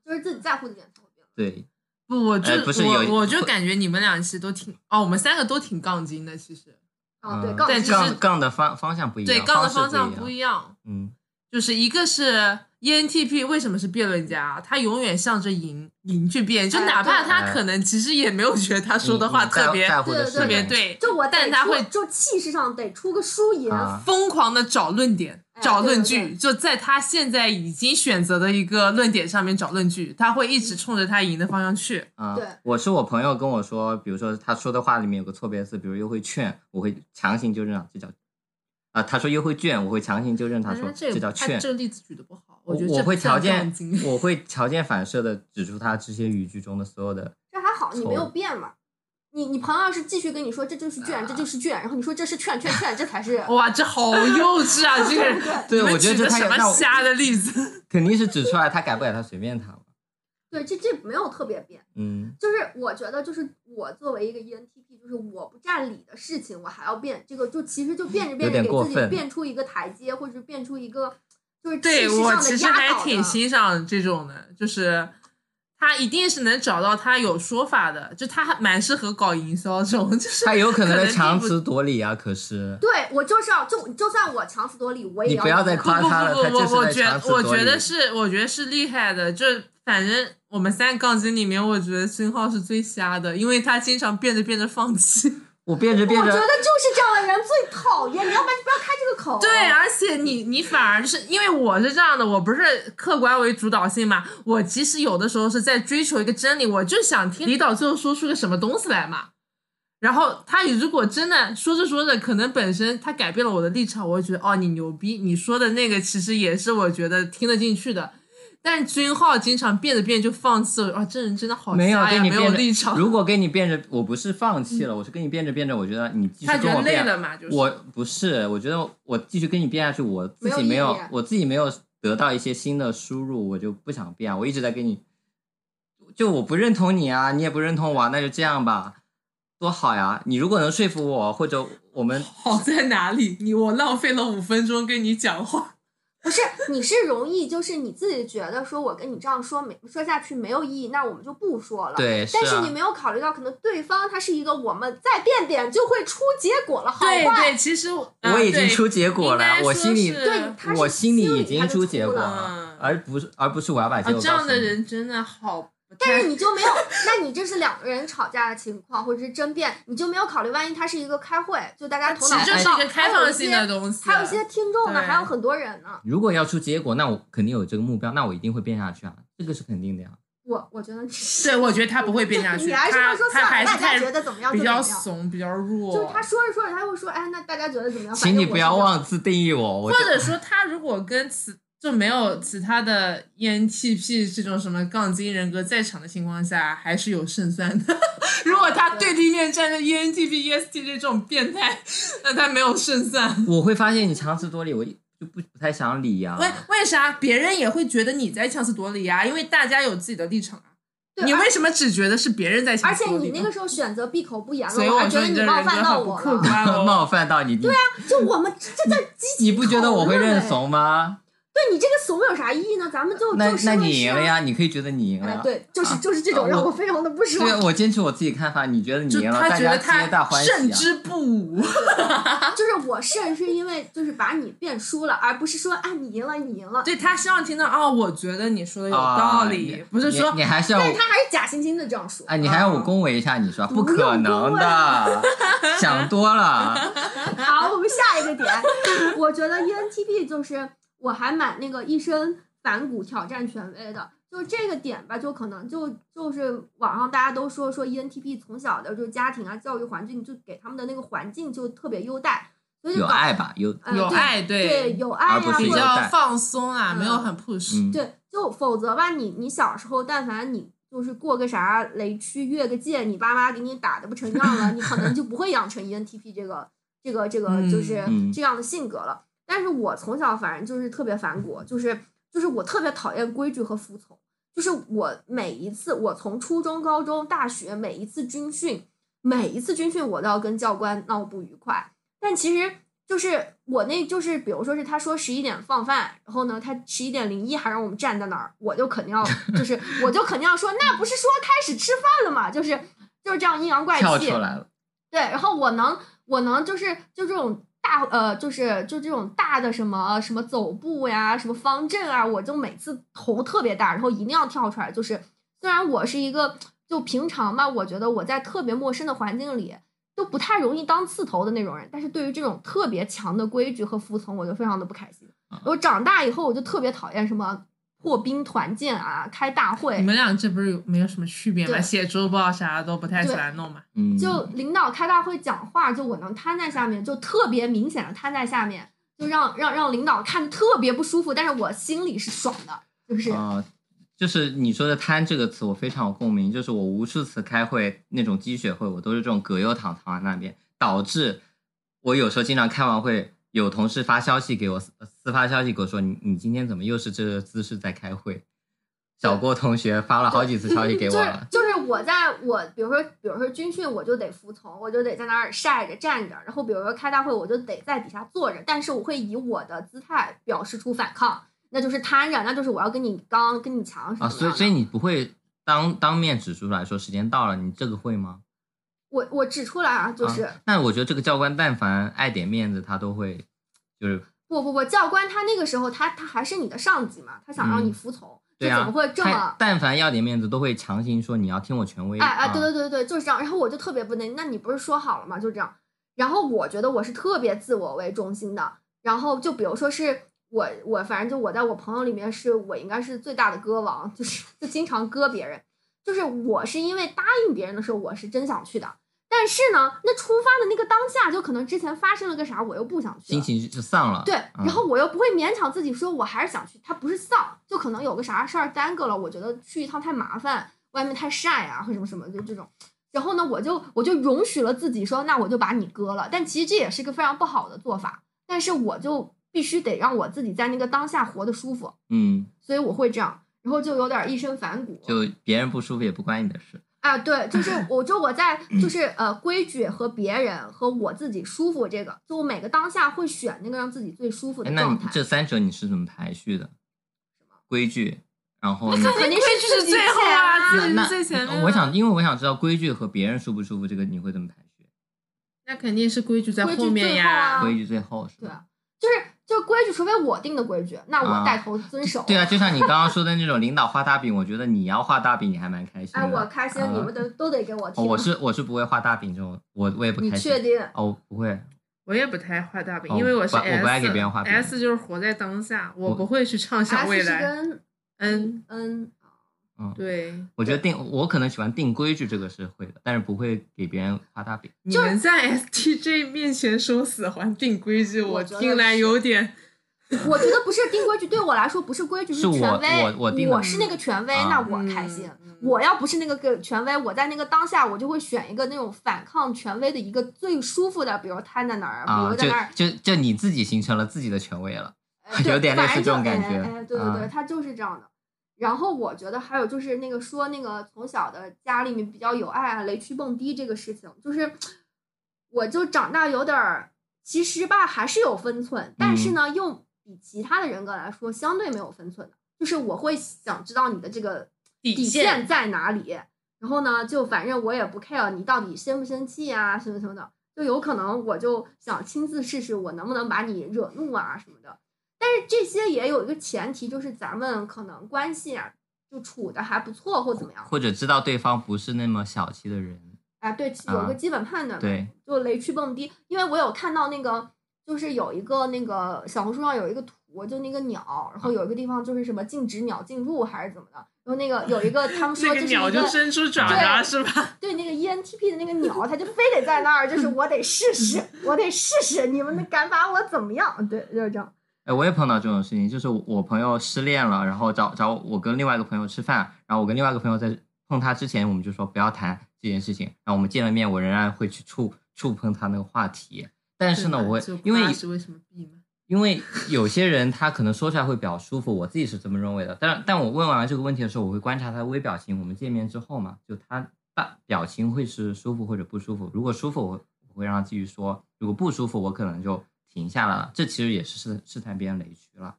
Speaker 1: 就是自己在乎的点才会辩论。
Speaker 3: 对，
Speaker 2: 不，我就、
Speaker 3: 哎不是有
Speaker 2: 我我就感觉你们俩其实都挺哦，我们三个都挺杠精的，其实
Speaker 1: 哦，
Speaker 3: 嗯
Speaker 1: 对，杠
Speaker 2: 但
Speaker 1: 精
Speaker 2: 只是
Speaker 3: 杠杠的方方向不一样，
Speaker 2: 对杠的方
Speaker 3: 式
Speaker 2: 向
Speaker 3: 不
Speaker 2: 不
Speaker 3: 样。
Speaker 2: 一样，
Speaker 3: 嗯，
Speaker 2: 就是一个是 E ENTP 为什么是辩论家，他永远向着赢赢去辩，就
Speaker 1: 哎
Speaker 2: 哪怕
Speaker 1: 对
Speaker 2: 他可能其实也没有觉得他说的话
Speaker 3: 你在
Speaker 2: 特别
Speaker 3: 在乎的
Speaker 1: 对
Speaker 3: 是
Speaker 1: 对
Speaker 2: 特别
Speaker 3: 人，
Speaker 2: 对，
Speaker 1: 就我得
Speaker 2: 但他
Speaker 1: 出
Speaker 2: 会
Speaker 1: 就气势上得出个输赢，
Speaker 3: 啊
Speaker 2: 疯狂的找论点、
Speaker 1: 哎
Speaker 2: 找论
Speaker 1: 对对
Speaker 2: 据，就在他现在已经选择的一个论点上面找论据，他会一直冲着他赢的方向去。
Speaker 3: 啊
Speaker 1: 对，
Speaker 3: 我是我朋友跟我说，比如说他说的话里面有个错别字，比如又会劝，我会强行纠正啊，这叫啊，他说又会卷，我会强行纠正他说
Speaker 2: 哎这个
Speaker 3: 叫
Speaker 2: 他
Speaker 3: 劝
Speaker 2: 这。个例子举的不好，
Speaker 3: 我
Speaker 2: 觉得这
Speaker 3: 会
Speaker 2: 不像
Speaker 3: 条件
Speaker 2: 杠精，
Speaker 3: 我会条件反射的指出他这些语句中的所有 的，
Speaker 1: 这还好，你
Speaker 3: 错啊
Speaker 1: 没有变嘛。你你朋友要是继续跟你说这就是卷，这就是卷，然后你说这是劝劝劝，这才是
Speaker 2: 哇，这好幼稚啊！这个人，
Speaker 3: 对
Speaker 2: 你们
Speaker 3: 我觉得
Speaker 2: 举的
Speaker 3: 这太
Speaker 2: 什么
Speaker 3: 那我
Speaker 2: 瞎的例子？
Speaker 3: 肯定是指出来他改不改他随便他嘛。
Speaker 1: 对，这这没有特别变。
Speaker 3: 嗯，
Speaker 1: 就是我觉得，就是我作为一个 E ENTP，就是我不占理的事情，我还要变，这个就其实就变着变着
Speaker 3: 有点
Speaker 1: 给
Speaker 3: 过
Speaker 1: 自己
Speaker 3: 分
Speaker 1: 变出一个台阶，或者是变出一个就是气
Speaker 2: 对
Speaker 1: 势
Speaker 2: 我
Speaker 1: 上
Speaker 2: 其
Speaker 1: 的
Speaker 2: 实
Speaker 1: 压
Speaker 2: 还
Speaker 1: 倒
Speaker 2: 挺
Speaker 1: 的。
Speaker 2: 欣赏这种的，就是。他一定是能找到他有说法的，就他还蛮适合搞营销 这种，就是
Speaker 3: 他有可能
Speaker 2: 可
Speaker 3: 在
Speaker 2: 能
Speaker 3: 强
Speaker 2: 并不
Speaker 3: 词夺理啊，可是
Speaker 1: 对我就是要就就算我强词夺理，我也
Speaker 3: 你
Speaker 1: 要
Speaker 3: 不要再
Speaker 1: 赢
Speaker 3: 夸
Speaker 2: 不
Speaker 3: 他了，他
Speaker 2: 不
Speaker 3: 就
Speaker 2: 不不，我
Speaker 3: 是
Speaker 2: 觉
Speaker 3: 在强词
Speaker 2: 我
Speaker 3: 夺
Speaker 2: 觉得
Speaker 3: 理。
Speaker 2: 是，我觉得是厉害的。就反正我们三个杠精里面，我觉得孙浩是最瞎的，因为他经常变着变着放弃。
Speaker 3: 我变着变
Speaker 1: 我觉
Speaker 3: 着
Speaker 1: 得，就是这样的人最讨厌，你要不然就不要开这个口。
Speaker 2: 对，啊而且你你反而就是因为我是这样的，我不是客观为主导性嘛，我其实有的时候是在追求一个真理，我就想听李导最后说出个什么东西来嘛。然后他如果真的说着说着，可能本身他改变了我的立场，我会觉得哦，你牛逼，你说的那个其实也是我觉得听得进去的。但君浩经常变着变着就放弃了，啊，这人真的好
Speaker 3: 没有
Speaker 2: 瞎
Speaker 3: 跟
Speaker 2: 呀，
Speaker 3: 你
Speaker 2: 没有
Speaker 3: 变
Speaker 2: 立
Speaker 3: 着，
Speaker 2: 场。
Speaker 3: 如果跟你变着，我不是放弃了，我是跟你变着变着，我觉得你继续
Speaker 2: 他觉
Speaker 3: 跟我
Speaker 2: 得累
Speaker 3: 变，
Speaker 2: 了嘛，就是
Speaker 3: 我不是，我觉得我继续跟你变下去，我自己
Speaker 1: 没有意义
Speaker 3: 没有，我自己没有得到一些新的输入，我就不想变啊。我一直在跟你，就我不认同你啊，你也不认同我、啊，那就这样吧，多好呀！你如果能说服我，或者我 们
Speaker 2: 好在哪里？你我浪费了五分钟跟你讲话。
Speaker 1: 不是你是容易，就是你自己觉得说我跟你这样说没说下去没有意义，那我们就不说了。。
Speaker 3: 对，是
Speaker 1: 但是
Speaker 3: 啊
Speaker 1: 你，没有考虑到，可能对方他是一个我们再变点就会出结果了，好
Speaker 2: 对
Speaker 1: 坏。
Speaker 2: 对，其实我啊
Speaker 3: 我已经出结果
Speaker 2: 应
Speaker 3: 了
Speaker 2: 该，说
Speaker 3: 我心里
Speaker 2: 是
Speaker 1: 对，他是
Speaker 3: 我心里
Speaker 1: 心
Speaker 3: 已
Speaker 1: 里
Speaker 3: 经
Speaker 1: 他就
Speaker 3: 出结果
Speaker 1: 了。
Speaker 3: 了，而不是而不是我要把结
Speaker 2: 啊
Speaker 3: 果告
Speaker 2: 这
Speaker 3: 诉你。
Speaker 2: 样的人真的好不太。
Speaker 1: 但是你就没有，那你这是两个人吵架的情况，或者是争辩，你就没有考虑，万一他是一个开会，就大家头
Speaker 2: 其
Speaker 1: 脑
Speaker 2: 实就是
Speaker 1: 风
Speaker 2: 一
Speaker 1: 暴
Speaker 2: 个开放性的，东西，啊
Speaker 1: 还有一些还有一些听众呢，
Speaker 2: 对
Speaker 1: 还有很多人呢。
Speaker 3: 如果要出结果，那我肯定有这个目标，那我一定会变下去啊，这个是肯定的呀。
Speaker 1: 我我觉得你
Speaker 2: 对，我觉得他不会变下去，
Speaker 1: 你还是
Speaker 2: 他
Speaker 1: 要说
Speaker 2: 他
Speaker 1: 算
Speaker 2: 还
Speaker 1: 了，大
Speaker 2: 是
Speaker 1: 家觉
Speaker 2: 太
Speaker 1: 得怎么样就
Speaker 2: 比
Speaker 1: 怎么
Speaker 2: 较
Speaker 1: 样。
Speaker 2: 怂，比较弱。
Speaker 1: 就是他说着说着，他会说：“哎，那大家觉得怎么样？”
Speaker 3: 请你不要
Speaker 1: 反正我是这样，
Speaker 3: 妄自定义我，我
Speaker 2: 或者说他如果跟此就没有其他的 ENTP 这种什么杠精人格在场的情况下，还是有胜算的。 如果他对立面站着 ENTP、ESTJ 这种变态，那他没有胜算。
Speaker 3: 我会发现你强词夺理，我就不不太想理呀、
Speaker 2: 为为啥别人也会觉得你在强词夺理啊？因为大家有自己的立场啊。
Speaker 1: 对
Speaker 2: 你
Speaker 1: 而
Speaker 2: 为什么只觉得是别人在强
Speaker 1: 而
Speaker 2: 词
Speaker 1: 且
Speaker 2: 夺理
Speaker 1: 你
Speaker 2: 呢？
Speaker 1: 那个时候选择闭口不言
Speaker 2: 所以
Speaker 1: 了，我还
Speaker 2: 我
Speaker 1: 觉
Speaker 2: 说
Speaker 1: 得
Speaker 2: 你的人
Speaker 1: 冒
Speaker 2: 格
Speaker 1: 犯到
Speaker 2: 很不
Speaker 1: 我
Speaker 2: 客
Speaker 1: 了。
Speaker 2: 观哦。
Speaker 3: 冒犯到你，对啊，
Speaker 1: 就我们这这在积极
Speaker 3: 你不觉得我会
Speaker 1: 讨论
Speaker 3: 认
Speaker 1: 哎？
Speaker 3: 怂吗？
Speaker 1: 对你这个怂有啥意义呢？咱们就
Speaker 3: 那
Speaker 1: 就事
Speaker 3: 那
Speaker 1: 论
Speaker 3: 你
Speaker 1: 事
Speaker 3: 赢
Speaker 1: 啊
Speaker 3: 了。呀，你可以觉得你赢了
Speaker 1: 哎
Speaker 3: 呀，。
Speaker 1: 对，就是
Speaker 3: 啊
Speaker 1: 就是这种
Speaker 3: 啊
Speaker 1: 让
Speaker 3: 我
Speaker 1: 我非常的不爽
Speaker 3: 对。啊，我坚持我自己看法，你觉得你
Speaker 2: 就
Speaker 3: 赢了，
Speaker 2: 他
Speaker 3: 大
Speaker 2: 觉
Speaker 3: 家
Speaker 2: 得
Speaker 3: 皆大
Speaker 2: 他
Speaker 3: 欢
Speaker 2: 胜
Speaker 3: 喜啊。
Speaker 2: 之不武，
Speaker 1: 就是我胜是因为就是把你变输了，而不是说啊你赢了你赢了，
Speaker 2: 对他希望听到哦，我觉得你说的有
Speaker 3: 啊
Speaker 2: 道理，
Speaker 3: 你
Speaker 2: 不是说
Speaker 3: 你你还是要
Speaker 1: 但是他还是假惺惺的这样说。
Speaker 3: 啊，你还要我恭维一下你是吧？
Speaker 1: 不
Speaker 3: 不可
Speaker 1: 用
Speaker 3: 能
Speaker 1: 恭
Speaker 3: 的，想多了。
Speaker 1: 好，我们下一个点，我觉得 E ENTP 就是我还蛮那个一身反骨挑战权威的，就这个点吧，就可能就就是网上大家都说说 E ENTP 从小的就家庭啊教育环境就给他们的那个环境就特别优待，所以就
Speaker 3: 有
Speaker 1: 搞
Speaker 3: 爱吧，有
Speaker 1: 呃
Speaker 2: 有
Speaker 1: 对
Speaker 2: 爱
Speaker 1: 对有爱呀、
Speaker 3: 而不是
Speaker 2: 比
Speaker 1: 或者
Speaker 3: 有
Speaker 2: 较
Speaker 3: 带
Speaker 2: 放松啊，没有
Speaker 1: 嗯
Speaker 2: 很 push。
Speaker 3: 嗯，
Speaker 1: 对，就否则吧，你你小时候但凡你就是过个啥雷区越个界，你爸妈给你打的不成样了，你可能就不会养成 ENTP 这个这个这个就是
Speaker 3: 嗯嗯
Speaker 1: 这样的性格了。但是我从小反正就是特别反骨，就是就是我特别讨厌规矩和服从。就是我每一次，我从初中、高中、大学每一次军训，每一次军训我都要跟教官闹不愉快。但其实就是我那就是，比如说是他说十一点放饭，然后呢，他十一点零一还让我们站在那儿，我就肯定要就是我就肯定要说，那不是说开始吃饭了吗？就是就是这样阴阳怪
Speaker 3: 跳
Speaker 1: 气
Speaker 3: 出。来了。
Speaker 1: 对，然后我能，我能就是就这种大呃，就是就这种大的什么什么走步呀，什么方阵啊，我就每次头特别大，然后一定要跳出来。就是虽然我是一个就平常吧，我觉得我在特别陌生的环境里就不太容易当刺头的那种人，但是对于这种特别强的规矩和服从，我就非常的不开心
Speaker 3: 啊。
Speaker 1: 我长大以后，我就特别讨厌什么破冰团建啊、开大会
Speaker 2: 你，们俩这不是有没有什么区别吗？
Speaker 1: 对
Speaker 2: 写周报啥都不太喜欢弄嘛。
Speaker 3: 嗯，
Speaker 1: 就领导开大会讲话，就我能瘫在下面，就特别明显的瘫在下面，就让让让领导看着特别不舒服，但是我心里是爽的，就是、
Speaker 3: 啊，就是你说的“贪”这个词，我非常有共鸣。就是我无数次开会那种鸡血会，我都是这种葛优躺躺在那边，导致我有时候经常开完会，有同事发消息给我，私私发消息给我说：“你你今天怎么又是这个姿势在开会？”小郭同学发了好几次消息给
Speaker 1: 就
Speaker 3: 我啊
Speaker 1: 是
Speaker 3: 了。
Speaker 1: 就是我在我比如说比如说军训，我就得服从，我就得在那儿晒着站着，然后比如说开大会，我就得在底下坐着，但是我会以我的姿态表示出反抗，那就是瘫着，那就是我要跟你刚跟你强什么的。
Speaker 3: 啊，所以所以你不会当当面指出来说时间到了，你这个会吗？
Speaker 1: 我我指出来啊，就是、
Speaker 3: 啊那我觉得这个教官但凡爱点面子，他都会就是
Speaker 1: 不不不，教官他那个时候他他还是你的上级嘛，他想让你服从，
Speaker 3: 对
Speaker 1: 这
Speaker 3: 啊，
Speaker 1: 怎么会这
Speaker 3: 他
Speaker 1: 么？
Speaker 3: 但凡要点面子，都会强行说你要听我权威。
Speaker 1: 哎哎，对
Speaker 3: 啊
Speaker 1: 对对对，就是这样。然后我就特别不能，那你不是说好了吗？就这样。然后我觉得我是特别自我为中心的。然后就比如说是我我反正就我在我朋友里面是我应该是最大的歌王，就是就经常割别人。就是我是因为答应别人的时候我是真想去的，但是呢，那出发的那个当下就可能之前发生了个啥，我又不想去
Speaker 3: 心
Speaker 1: 了。
Speaker 3: 情就丧了。
Speaker 1: 对，
Speaker 3: 嗯
Speaker 1: 然后我又不会勉强自己说，我还是想去。他不是丧，就可能有个啥事儿耽搁了，我觉得去一趟太麻烦，外面太晒啊，或什么什么，就这种。然后呢，我就我就容许了自己说，那我就把你割了。但其实这也是个非常不好的做法，但是我就必须得让我自己在那个当下活得舒服，
Speaker 3: 嗯，
Speaker 1: 所以我会这样，然后就有点一身反骨。
Speaker 3: 就别人不舒服也不关你的事。
Speaker 1: 啊，对， 就是我就我在就是呃规矩和别人和我自己舒服这个，就我每个当下会选那个让自己最舒服
Speaker 3: 哎
Speaker 1: 的
Speaker 3: 那你
Speaker 1: 状态。
Speaker 3: 这三者你是怎么排序的？规矩，然后你
Speaker 1: 肯定
Speaker 2: 规矩
Speaker 1: 是
Speaker 2: 是最后啊，
Speaker 1: 自
Speaker 2: 自
Speaker 1: 己
Speaker 2: 己
Speaker 3: 那
Speaker 2: 是最前面啊。
Speaker 3: 我想，因为我想知道规矩和别人舒不舒服，这个你会怎么排序？
Speaker 2: 那肯定是规矩在
Speaker 1: 规矩
Speaker 2: 后面
Speaker 1: 最
Speaker 2: 呀
Speaker 1: 后啊。
Speaker 3: 规矩最后是
Speaker 1: 对
Speaker 3: 吧？
Speaker 1: 就是就是规矩，除非我定的规矩，那我带头遵守。
Speaker 3: 对啊，就像你刚刚说的那种领导画大饼，我觉得你要画大饼，你还蛮开心
Speaker 1: 哎，我
Speaker 3: 的。
Speaker 1: 开心，
Speaker 3: 啊
Speaker 1: 你们都都得给我
Speaker 3: 哦
Speaker 1: 听。
Speaker 3: 我是我是不会画大饼这种，我我也不
Speaker 1: 你
Speaker 3: 开心
Speaker 1: 确。定？
Speaker 3: 哦，不会，
Speaker 2: 我也不太画大饼，
Speaker 3: 哦
Speaker 2: 因为我是
Speaker 3: 我不
Speaker 2: S，
Speaker 3: 我不爱给别人画饼
Speaker 2: S 就是活在当下，我
Speaker 3: 我
Speaker 2: 不会去畅想
Speaker 1: S
Speaker 2: 未
Speaker 1: 是
Speaker 2: 来。
Speaker 1: 跟
Speaker 2: 嗯，
Speaker 1: 嗯，
Speaker 3: 嗯，
Speaker 2: 对。
Speaker 3: 我觉得定我可能喜欢定规矩，这个是会的，但是不会给别人画大饼。
Speaker 2: 你们在 STJ 面前说死还定规矩，
Speaker 1: 我
Speaker 2: 我
Speaker 1: 觉得
Speaker 2: 听来
Speaker 1: 是
Speaker 2: 有点
Speaker 1: 我觉得不是定规矩，对我来说不是规矩，
Speaker 3: 是我
Speaker 1: 权威。
Speaker 3: 我我定的
Speaker 1: 是那个权威，
Speaker 3: 啊
Speaker 1: 那我开心。
Speaker 2: 嗯
Speaker 1: 我要不是那个个权威，我在那个当下，我就会选一个那种反抗权威的一个最舒服的，比如瘫在那儿，比
Speaker 3: 啊，
Speaker 1: 如在
Speaker 3: 就
Speaker 1: 那儿，
Speaker 3: 就就你自己形成了自己的权威了。
Speaker 1: 呃对
Speaker 3: 有点类似
Speaker 1: 反正
Speaker 3: 这种
Speaker 1: 就
Speaker 3: 感觉
Speaker 1: 哎哎，对对对，
Speaker 3: 啊
Speaker 1: 他就是这样的。然后我觉得还有就是那个说那个从小的家里面比较有爱啊，雷区蹦迪这个事情，就是我就长大有点儿，其实吧还是有分寸，但
Speaker 3: 嗯
Speaker 1: 是呢、又比其他的人格来说相对没有分寸的，就是我会想知道你的这个底
Speaker 2: 底
Speaker 1: 线在哪里。然后呢，就反正我也不 care 你到底生不生气啊，什么什么的，就有可能我就想亲自试试我能不能把你惹怒啊什么的。但是这些也有一个前提，就是咱们可能关系啊就处的还不错或怎么样。
Speaker 3: 或者知道对方不是那么小气的人，
Speaker 1: 哎，对，有一个
Speaker 3: 啊
Speaker 1: 基本判断嘛。
Speaker 3: 对，
Speaker 1: 就雷区蹦迪，因为我有看到那个，就是有一个那个小红书上有一个图，就那个鸟，
Speaker 2: 啊
Speaker 1: 然后有一个地方就是什么禁止鸟进入还是怎么的，然后那个有一 个他们说
Speaker 2: 那
Speaker 1: 就
Speaker 2: 个
Speaker 1: 是
Speaker 2: 鸟
Speaker 1: 一个
Speaker 2: 就伸出爪爪是吧？
Speaker 1: 对那个 E ENTP 的那个鸟，它就非得在那儿，就是我得试试，
Speaker 3: 嗯
Speaker 1: 我得试试，你们敢把我怎么样？对，就是这样。
Speaker 3: 哎，我也碰到这种事情，就是我我朋友失恋了，然后找找我跟另外一个朋友吃饭，然后我跟另外一个朋友在碰他之前，我们就说不要谈这件事情，然后我们见了面，我仍然会去触触碰他那个话题，但是呢，我 会因为
Speaker 2: 是为什么避嘛？
Speaker 3: 因为有些人他可能说出来会比较舒服，我自己是这么认为的。但但我问完这个问题的时候，我会观察他的微表情。我们见面之后嘛，就他大表情会是舒服或者不舒服。如果舒服，我我会让他继续说；如果不舒服，我可能就停下来了。这其实也是试试探别人雷区了。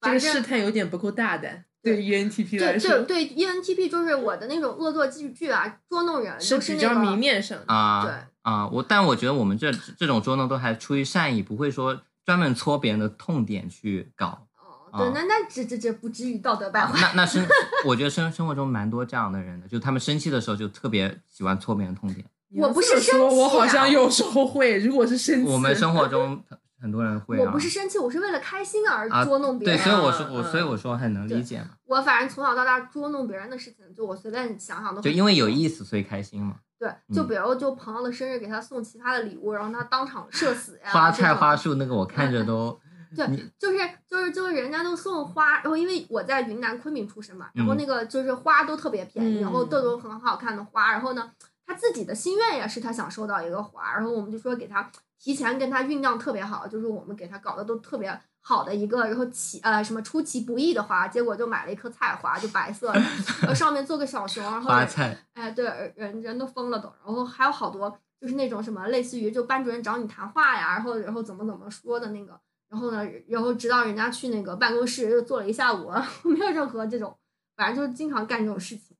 Speaker 2: 这
Speaker 1: 反
Speaker 2: 个
Speaker 1: 正
Speaker 2: 试探有点不够大胆，对 ENTP
Speaker 1: 对
Speaker 2: 来
Speaker 1: 对，E
Speaker 2: 说
Speaker 1: 对，ENTP 就是我的那种恶作剧剧啊，捉弄人，
Speaker 2: 是
Speaker 1: 就是
Speaker 2: 比
Speaker 1: 那
Speaker 2: 较
Speaker 1: 个
Speaker 2: 明面上的。
Speaker 3: 啊、
Speaker 1: 对
Speaker 3: 啊、我但我觉得我们这这种捉弄都还出于善意，不会说专门戳别人的痛点去搞。
Speaker 1: 哦，对，
Speaker 3: 啊
Speaker 1: 那那这这这不至于道德败坏。
Speaker 3: 那那生，我觉得生生活中蛮多这样的人的，就他们生气的时候就特别喜欢戳别人痛点。
Speaker 2: 你要
Speaker 1: 我不是
Speaker 2: 这么说，
Speaker 1: 生气
Speaker 2: 我好
Speaker 1: 啊
Speaker 2: 像有时候会，如果是生气，
Speaker 3: 我们生活中很很多人会
Speaker 1: 我
Speaker 3: 啊
Speaker 1: 不，是生气，我是为了开心而
Speaker 3: 啊
Speaker 1: 捉弄别
Speaker 3: 对，
Speaker 1: 人。啊
Speaker 3: 所以我说
Speaker 2: 嗯
Speaker 3: 我
Speaker 2: 嗯
Speaker 3: 所以我说很能
Speaker 1: 对
Speaker 3: 理解嘛，
Speaker 1: 我反正从小到大捉弄别人的事情，就我随便想想都
Speaker 3: 就
Speaker 1: 很
Speaker 3: 因为嗯有
Speaker 1: 多
Speaker 3: 意思所以开心嘛，
Speaker 1: 对，就比如就朋友的生日给他送其他的礼物，然后他当场社死呀，
Speaker 3: 花
Speaker 1: 这
Speaker 3: 菜
Speaker 1: 种
Speaker 3: 花树那个我看着 都
Speaker 1: 对，就是就是就是人家都送花，然后因为我在云南昆明出生嘛，然后
Speaker 3: 嗯
Speaker 1: 那个就是花都特别便宜，然后
Speaker 2: 嗯
Speaker 1: 都有很好看的花，然后呢，他自己的心愿也是他想收到一个花，然后我们就说给他提前跟他酝酿特别好，就是我们给他搞的都特别好的一个，然后奇呃什么出其不意的花，结果就买了一棵菜花，就白色的， 然后上面做个小熊，然后
Speaker 3: 花菜
Speaker 1: 哎，对，人人都疯了都，然后还有好多就是那种什么类似于就班主任找你谈话呀，然后然后怎么怎么说的那个，然后呢，然后直到人家去那个办公室又坐了一下午，啊 没有任何这种，反正就是经常干这种事情。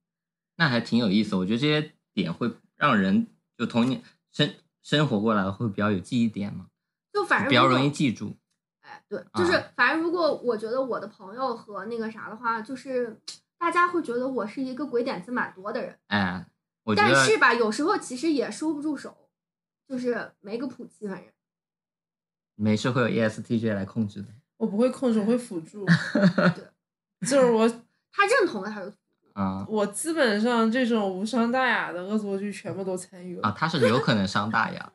Speaker 3: 那还挺有意思，我觉得这些点会让人就童年生生活过来会比较有记忆点嘛，
Speaker 1: 就反正
Speaker 3: 比较
Speaker 1: 如果
Speaker 3: 容易记住。
Speaker 1: 哎，对，就是
Speaker 3: 啊
Speaker 1: 反正如果我觉得我的朋友和那个啥的话，就是大家会觉得我是一个鬼点子蛮多的人，
Speaker 3: 哎，我觉
Speaker 1: 但
Speaker 3: 得
Speaker 1: 是吧，有时候其实也收不住手，就是没个谱气，反正。
Speaker 3: 没事会有 E ESTJ 来控制的。
Speaker 2: 我不会控制，我会辅 助。就是我，
Speaker 1: 他认同了，他就
Speaker 3: 啊
Speaker 2: 我基本上这种无伤大雅的恶作剧全部都参与
Speaker 3: 啊，
Speaker 2: 了。
Speaker 3: 他是有可能上大 牙，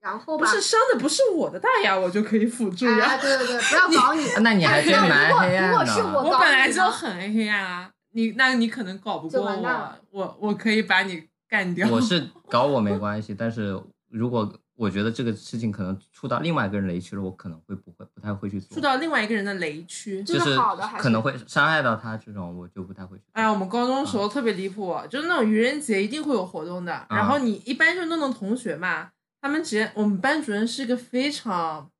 Speaker 1: 然后
Speaker 2: 不
Speaker 1: 吧，
Speaker 2: 是伤的不是我的大雅，我就可以辅助呀、
Speaker 1: 哎，对对对，不要搞你。
Speaker 3: 那啊你还真
Speaker 1: 那如
Speaker 3: 蛮
Speaker 1: 果
Speaker 3: 黑
Speaker 1: 如
Speaker 3: 暗
Speaker 1: 果
Speaker 3: 的
Speaker 1: 是
Speaker 3: 啊
Speaker 1: 我
Speaker 2: 我
Speaker 1: 搞
Speaker 2: 本来
Speaker 1: 你
Speaker 2: 就
Speaker 1: 呢
Speaker 2: 很黑暗啊，你那你可能搞不
Speaker 1: 就
Speaker 2: 过
Speaker 1: 完蛋
Speaker 2: 我
Speaker 1: 了，
Speaker 2: 我我可以把你干掉。
Speaker 3: 我是搞我没关系，但是如果我觉得这个事情可能触到另外一个人雷区了，我可能会不会不太会去做，
Speaker 2: 触到另外一个人的雷区。
Speaker 1: 就
Speaker 3: 就是是
Speaker 1: 好的还是
Speaker 3: 可能会伤害到他这种，我就不太会去做。
Speaker 2: 哎呀，我们高中时
Speaker 3: 嗯
Speaker 2: 候特别离谱，就是那种愚人节一定会有活动的，然后你一般就弄弄同学嘛，他们直接我们班主任是个非常，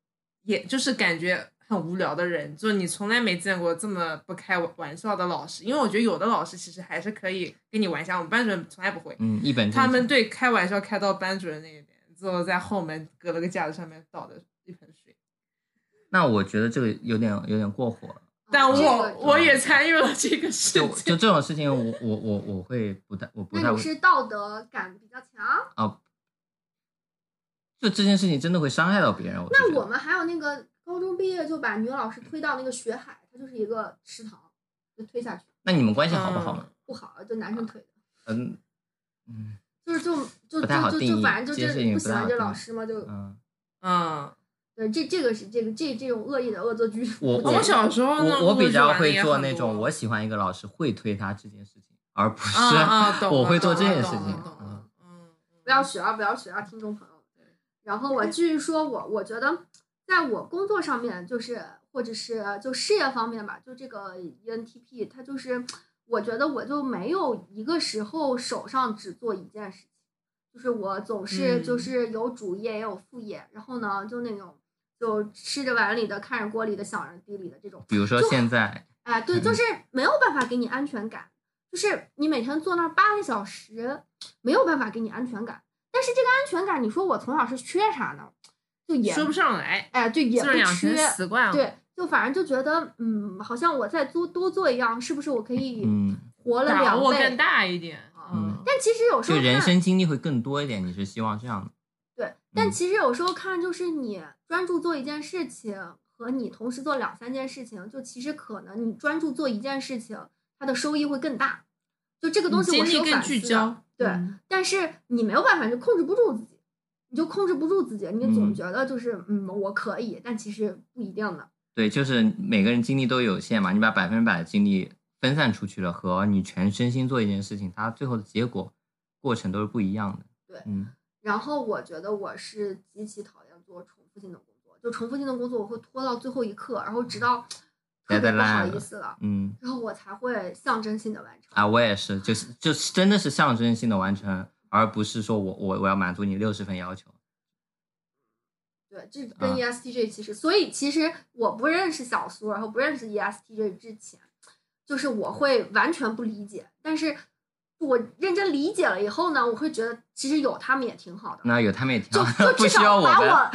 Speaker 2: 也就是感觉很无聊的人，就你从来没见过这么不开玩笑的老师，因为我觉得有的老师其实还是可以跟你玩一下，我们班主任从来不会，
Speaker 3: 嗯，一本正经
Speaker 2: 他们对开玩笑开到班主任那边，之后在后门隔了个架子上面倒的一盆水。
Speaker 3: 那我觉得这个有点有点过火了，
Speaker 2: 但
Speaker 1: 哦这
Speaker 2: 我
Speaker 1: 个
Speaker 2: 我也参与了这个 事
Speaker 3: 就
Speaker 2: 情，
Speaker 3: 就这种事情我，我我我会不太我不
Speaker 1: 那
Speaker 3: 太
Speaker 1: 你
Speaker 3: 会
Speaker 1: 是道德感比较强。
Speaker 3: 啊，就这件事情真的会伤害到别人。我是
Speaker 1: 那
Speaker 3: 觉
Speaker 1: 我
Speaker 3: 得
Speaker 1: 们还有那个高中毕业就把女老师推到那个学海，它就是一个池塘，就推下去，
Speaker 3: 那你们关系好不好嘛？
Speaker 1: 不好就男生推的，
Speaker 3: 嗯嗯
Speaker 1: 就是就就
Speaker 3: 不太好
Speaker 1: 就就
Speaker 3: 定
Speaker 1: 就
Speaker 3: 义
Speaker 1: 反正就
Speaker 3: 这件事
Speaker 1: 是
Speaker 3: 情
Speaker 1: 不
Speaker 3: 不
Speaker 1: 喜
Speaker 3: 太
Speaker 1: 欢
Speaker 3: 好
Speaker 1: 这
Speaker 3: 定嗯
Speaker 1: 老
Speaker 3: 义
Speaker 1: 师嘛，就
Speaker 3: 嗯，
Speaker 2: 嗯，
Speaker 1: 对，这这个是这个这这种恶意的恶作剧，
Speaker 3: 我
Speaker 1: 不
Speaker 2: 我
Speaker 1: 建议
Speaker 2: 小时候呢，
Speaker 3: 我我比较
Speaker 2: 玩得
Speaker 3: 会
Speaker 2: 也
Speaker 3: 做
Speaker 2: 很
Speaker 3: 那种
Speaker 2: 多
Speaker 3: 我喜欢一个老师会推他这件事情，而不是、
Speaker 1: 嗯
Speaker 2: 啊啊，懂
Speaker 3: 我
Speaker 2: 了
Speaker 3: 会做
Speaker 2: 懂
Speaker 3: 这
Speaker 2: 了
Speaker 3: 件
Speaker 2: 懂
Speaker 3: 事
Speaker 2: 了
Speaker 3: 情
Speaker 2: 懂了
Speaker 3: 嗯
Speaker 2: 嗯，
Speaker 1: 不要学啊，不要学啊，听众朋友。然后我继续说我，我觉得在我工作上面，就是或者是就事业方面吧，就这个 E ENTP，它就是我觉得我就没有一个时候手上只做一件事情，就是我总是
Speaker 2: 嗯
Speaker 1: 就是有主业也有副业，然后呢就那种就吃着碗里的看着锅里的想着地里的这种。
Speaker 3: 比如说
Speaker 1: 就
Speaker 3: 现在，
Speaker 1: 哎，对，就
Speaker 3: 嗯
Speaker 1: 是没有办法给你安全感，就是你每天坐那儿八个小时，没有办法给你安全感。但是这个安全感，你说我从小是缺啥呢？就也
Speaker 2: 说不上来，
Speaker 1: 哎，对，也
Speaker 2: 这
Speaker 1: 不
Speaker 2: 养
Speaker 1: 缺
Speaker 2: 成，习惯了。
Speaker 1: 对，就反正就觉得嗯，好像我再多多做一样，是不是我可以
Speaker 3: 嗯，
Speaker 1: 活了
Speaker 2: 把
Speaker 1: 两啊
Speaker 2: 握
Speaker 1: 倍
Speaker 2: 更？大一点。
Speaker 3: 嗯
Speaker 1: 但其实有时
Speaker 3: 就
Speaker 1: 候
Speaker 3: 人
Speaker 1: 看
Speaker 3: 生经历会更多一点，你是希望这样的？
Speaker 1: 对，但
Speaker 3: 嗯
Speaker 1: 其实有时候看就是你专注做一件事情和你同时做两三件事情，就其实可能你专注做一件事情，它的收益会更大。就这个东
Speaker 2: 你
Speaker 1: 西我
Speaker 2: 精
Speaker 1: 是有
Speaker 2: 力更
Speaker 1: 反思
Speaker 2: 聚
Speaker 1: 的
Speaker 2: 焦，
Speaker 1: 对
Speaker 2: 嗯
Speaker 1: 但是你没有办法，你就控制不住自己，你就控制不住自己，你总
Speaker 3: 嗯
Speaker 1: 觉得就是嗯我可以，但其实不一定的。
Speaker 3: 对，就是每个人精力都有限嘛，你把百分之百的精力分散出去了，和你全身心做一件事情，它最后的结果过程都是不一样的。
Speaker 1: 对
Speaker 3: 嗯，
Speaker 1: 然后我觉得我是极其讨厌做重复性的工作，就重复性的工作我会拖到最后一刻，然后直到特别
Speaker 3: 觉得
Speaker 1: 不好
Speaker 3: 烂
Speaker 1: 意
Speaker 3: 了
Speaker 1: 思了，
Speaker 3: 嗯，
Speaker 1: 然后我才会象征性的完成。
Speaker 3: 啊，我也是，就是就是真的是象征性的完成，而不是说我我我要满足你六十分要求。
Speaker 1: 对，这跟 E
Speaker 3: 啊
Speaker 1: ESTJ 其实，所以其实我不认识小苏，然后不认识 E ESTJ 之前，就是我会完全不理解，但是我认真理解了以后呢，我会觉得其实有他们也挺好的，
Speaker 3: 那有他们也挺
Speaker 1: 就
Speaker 3: 好
Speaker 1: 就
Speaker 3: 嗯不
Speaker 1: 至
Speaker 3: 需
Speaker 1: 少
Speaker 3: 要
Speaker 1: 把
Speaker 3: 们。
Speaker 1: 我，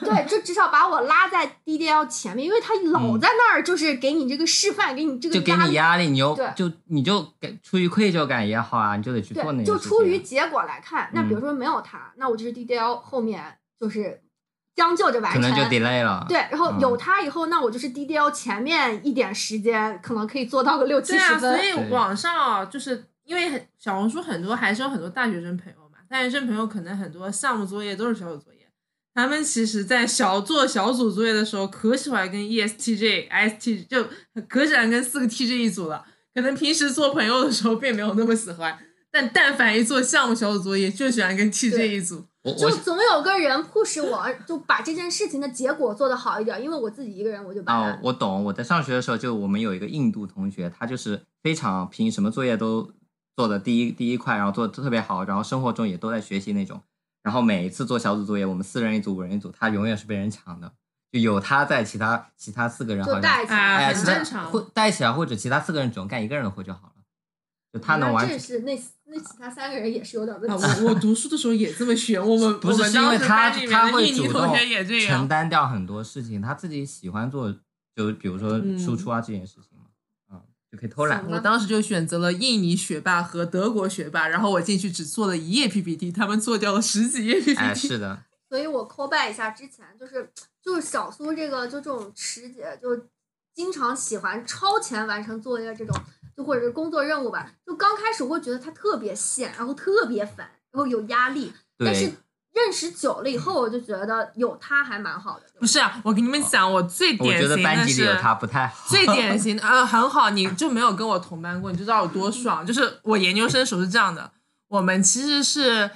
Speaker 1: 对，就至少把我拉在 DDL 前面，因为他老
Speaker 3: 嗯
Speaker 1: 在那儿就是给你这个示范，给你这个
Speaker 3: 就给
Speaker 1: 压
Speaker 3: 你
Speaker 1: 力。
Speaker 3: 压力，你又
Speaker 1: 对
Speaker 3: 就你就给出于愧疚感也好啊，你就得去做那
Speaker 1: 对，
Speaker 3: 件
Speaker 1: 就
Speaker 3: 事情。
Speaker 1: 出于结果来看，那比如
Speaker 3: 嗯
Speaker 1: 说没有他，那我就是 DDL 后面就是将就着完
Speaker 3: 可
Speaker 1: 成，
Speaker 3: 能就 delay 了。
Speaker 1: 对，然后
Speaker 3: 嗯
Speaker 1: 有它以后，那我就是 DDL 前面一点时间，可能可以做到个六七
Speaker 2: 对
Speaker 1: 十
Speaker 2: 啊，
Speaker 1: 分。
Speaker 2: 所以
Speaker 3: 对
Speaker 2: 网上啊，就是因为很小红书很多还是有很多大学生朋友嘛，大学生朋友可能很多项目作业都是小组作业，他们其实在小做小组作业的时候，可喜欢跟 E ESTJ、IST 就可喜欢跟四个 TJ 一组了，可能平时做朋友的时候并没有那么喜欢，但但凡一做项目小组作业，就喜欢跟 TJ 一组。
Speaker 3: 我
Speaker 1: 就
Speaker 3: 我
Speaker 1: 总有个人迫使我，就把这件事情的结果做得好一点，因为我自己一个人我就完
Speaker 3: 哦
Speaker 1: 了。，
Speaker 3: 我懂。我在上学的时候，就我们有一个印度同学，他就是非常拼，什么作业都做的第一第一块，然后做的特别好，然后生活中也都在学习那种。然后每一次做小组作业，我们四人一组、五人一组，他永远是被人抢的，就有他在，其他其他四个人好
Speaker 1: 就
Speaker 3: 像
Speaker 1: 带起
Speaker 2: 啊
Speaker 1: 来
Speaker 3: 哎，
Speaker 1: 了，
Speaker 3: 其
Speaker 2: 很
Speaker 3: 他
Speaker 2: 正常
Speaker 3: 或带起来啊或者其他四个人只用干一个人的活就好了，就他能
Speaker 1: 那
Speaker 3: 完
Speaker 1: 这
Speaker 3: 成。
Speaker 1: 是那那其他三个人也是有点问
Speaker 2: 啊，
Speaker 1: 题。
Speaker 2: 我我读书的时候也这么选，我们
Speaker 3: 不
Speaker 2: 我
Speaker 3: 是
Speaker 2: 们
Speaker 3: 是因
Speaker 2: 当
Speaker 3: 为
Speaker 2: 时
Speaker 3: 他
Speaker 2: 班里
Speaker 3: 他
Speaker 2: 面的
Speaker 3: 会
Speaker 2: 印尼同
Speaker 3: 主动
Speaker 2: 学也这
Speaker 3: 承
Speaker 2: 样。
Speaker 3: 担掉很多事情，他自己喜欢做，就比如说
Speaker 2: 嗯
Speaker 3: 输出啊这件事情嘛，嗯，就可以偷懒
Speaker 1: 行。
Speaker 2: 啊我当时就选择了印尼学霸和德国学霸，然后我进去只做了一页 PPT，他们做掉了十几页 PPT。
Speaker 3: 哎，是的，
Speaker 1: 所以我 call back 一下之前，就是就是小苏这个就这种池姐，就经常喜欢超前完成作业这种，就或者是工作任务吧。就刚开始我会觉得他特别闲，然后特别烦，然后有压力。但是
Speaker 3: 对，
Speaker 1: 认识久了以后，我就觉得有他还蛮好的。
Speaker 2: 不是啊，我跟你们讲，我最
Speaker 3: 哦我
Speaker 2: 典
Speaker 3: 觉
Speaker 2: 型
Speaker 3: 得班
Speaker 2: 的
Speaker 3: 级里有
Speaker 2: 是。
Speaker 3: 他不太好。
Speaker 2: 最典型的，呃，很好，你就没有跟我同班过，你就知道有多爽。就是我研究生的时候是这样的，我们其实是，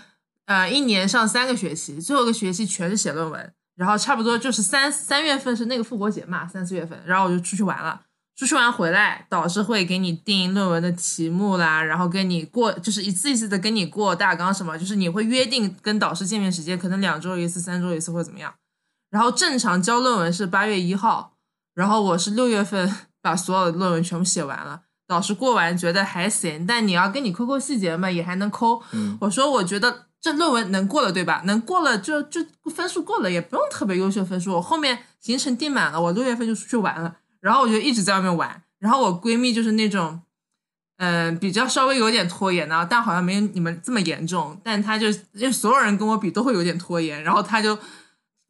Speaker 2: 呃，一年上三个学期，最后一个学期全是写论文，然后差不多就是三三月份是那个复活节嘛，三四月份，然后我就出去玩了。出去玩回来，导师会给你定论文的题目啦，然后跟你过，就是一次一次的跟你过大纲什么，就是你会约定跟导师见面时间，可能两周一次、三周一次或者怎么样。然后正常交论文是八月一号，然后我是六月份 把所有的论文全部写完了。导师过完觉得还行，但你要跟你抠抠细节嘛，也还能抠。
Speaker 3: 嗯
Speaker 2: 我说我觉得这论文能过了，对吧？能过了就就分数过了，也不用特别优秀分数。我后面行程定满了，我六月份就出去玩了，然后我就一直在外面玩。然后我闺蜜就是那种，嗯、比较稍微有点拖延的，但好像没有你们这么严重。但她就因为所有人跟我比都会有点拖延，然后她就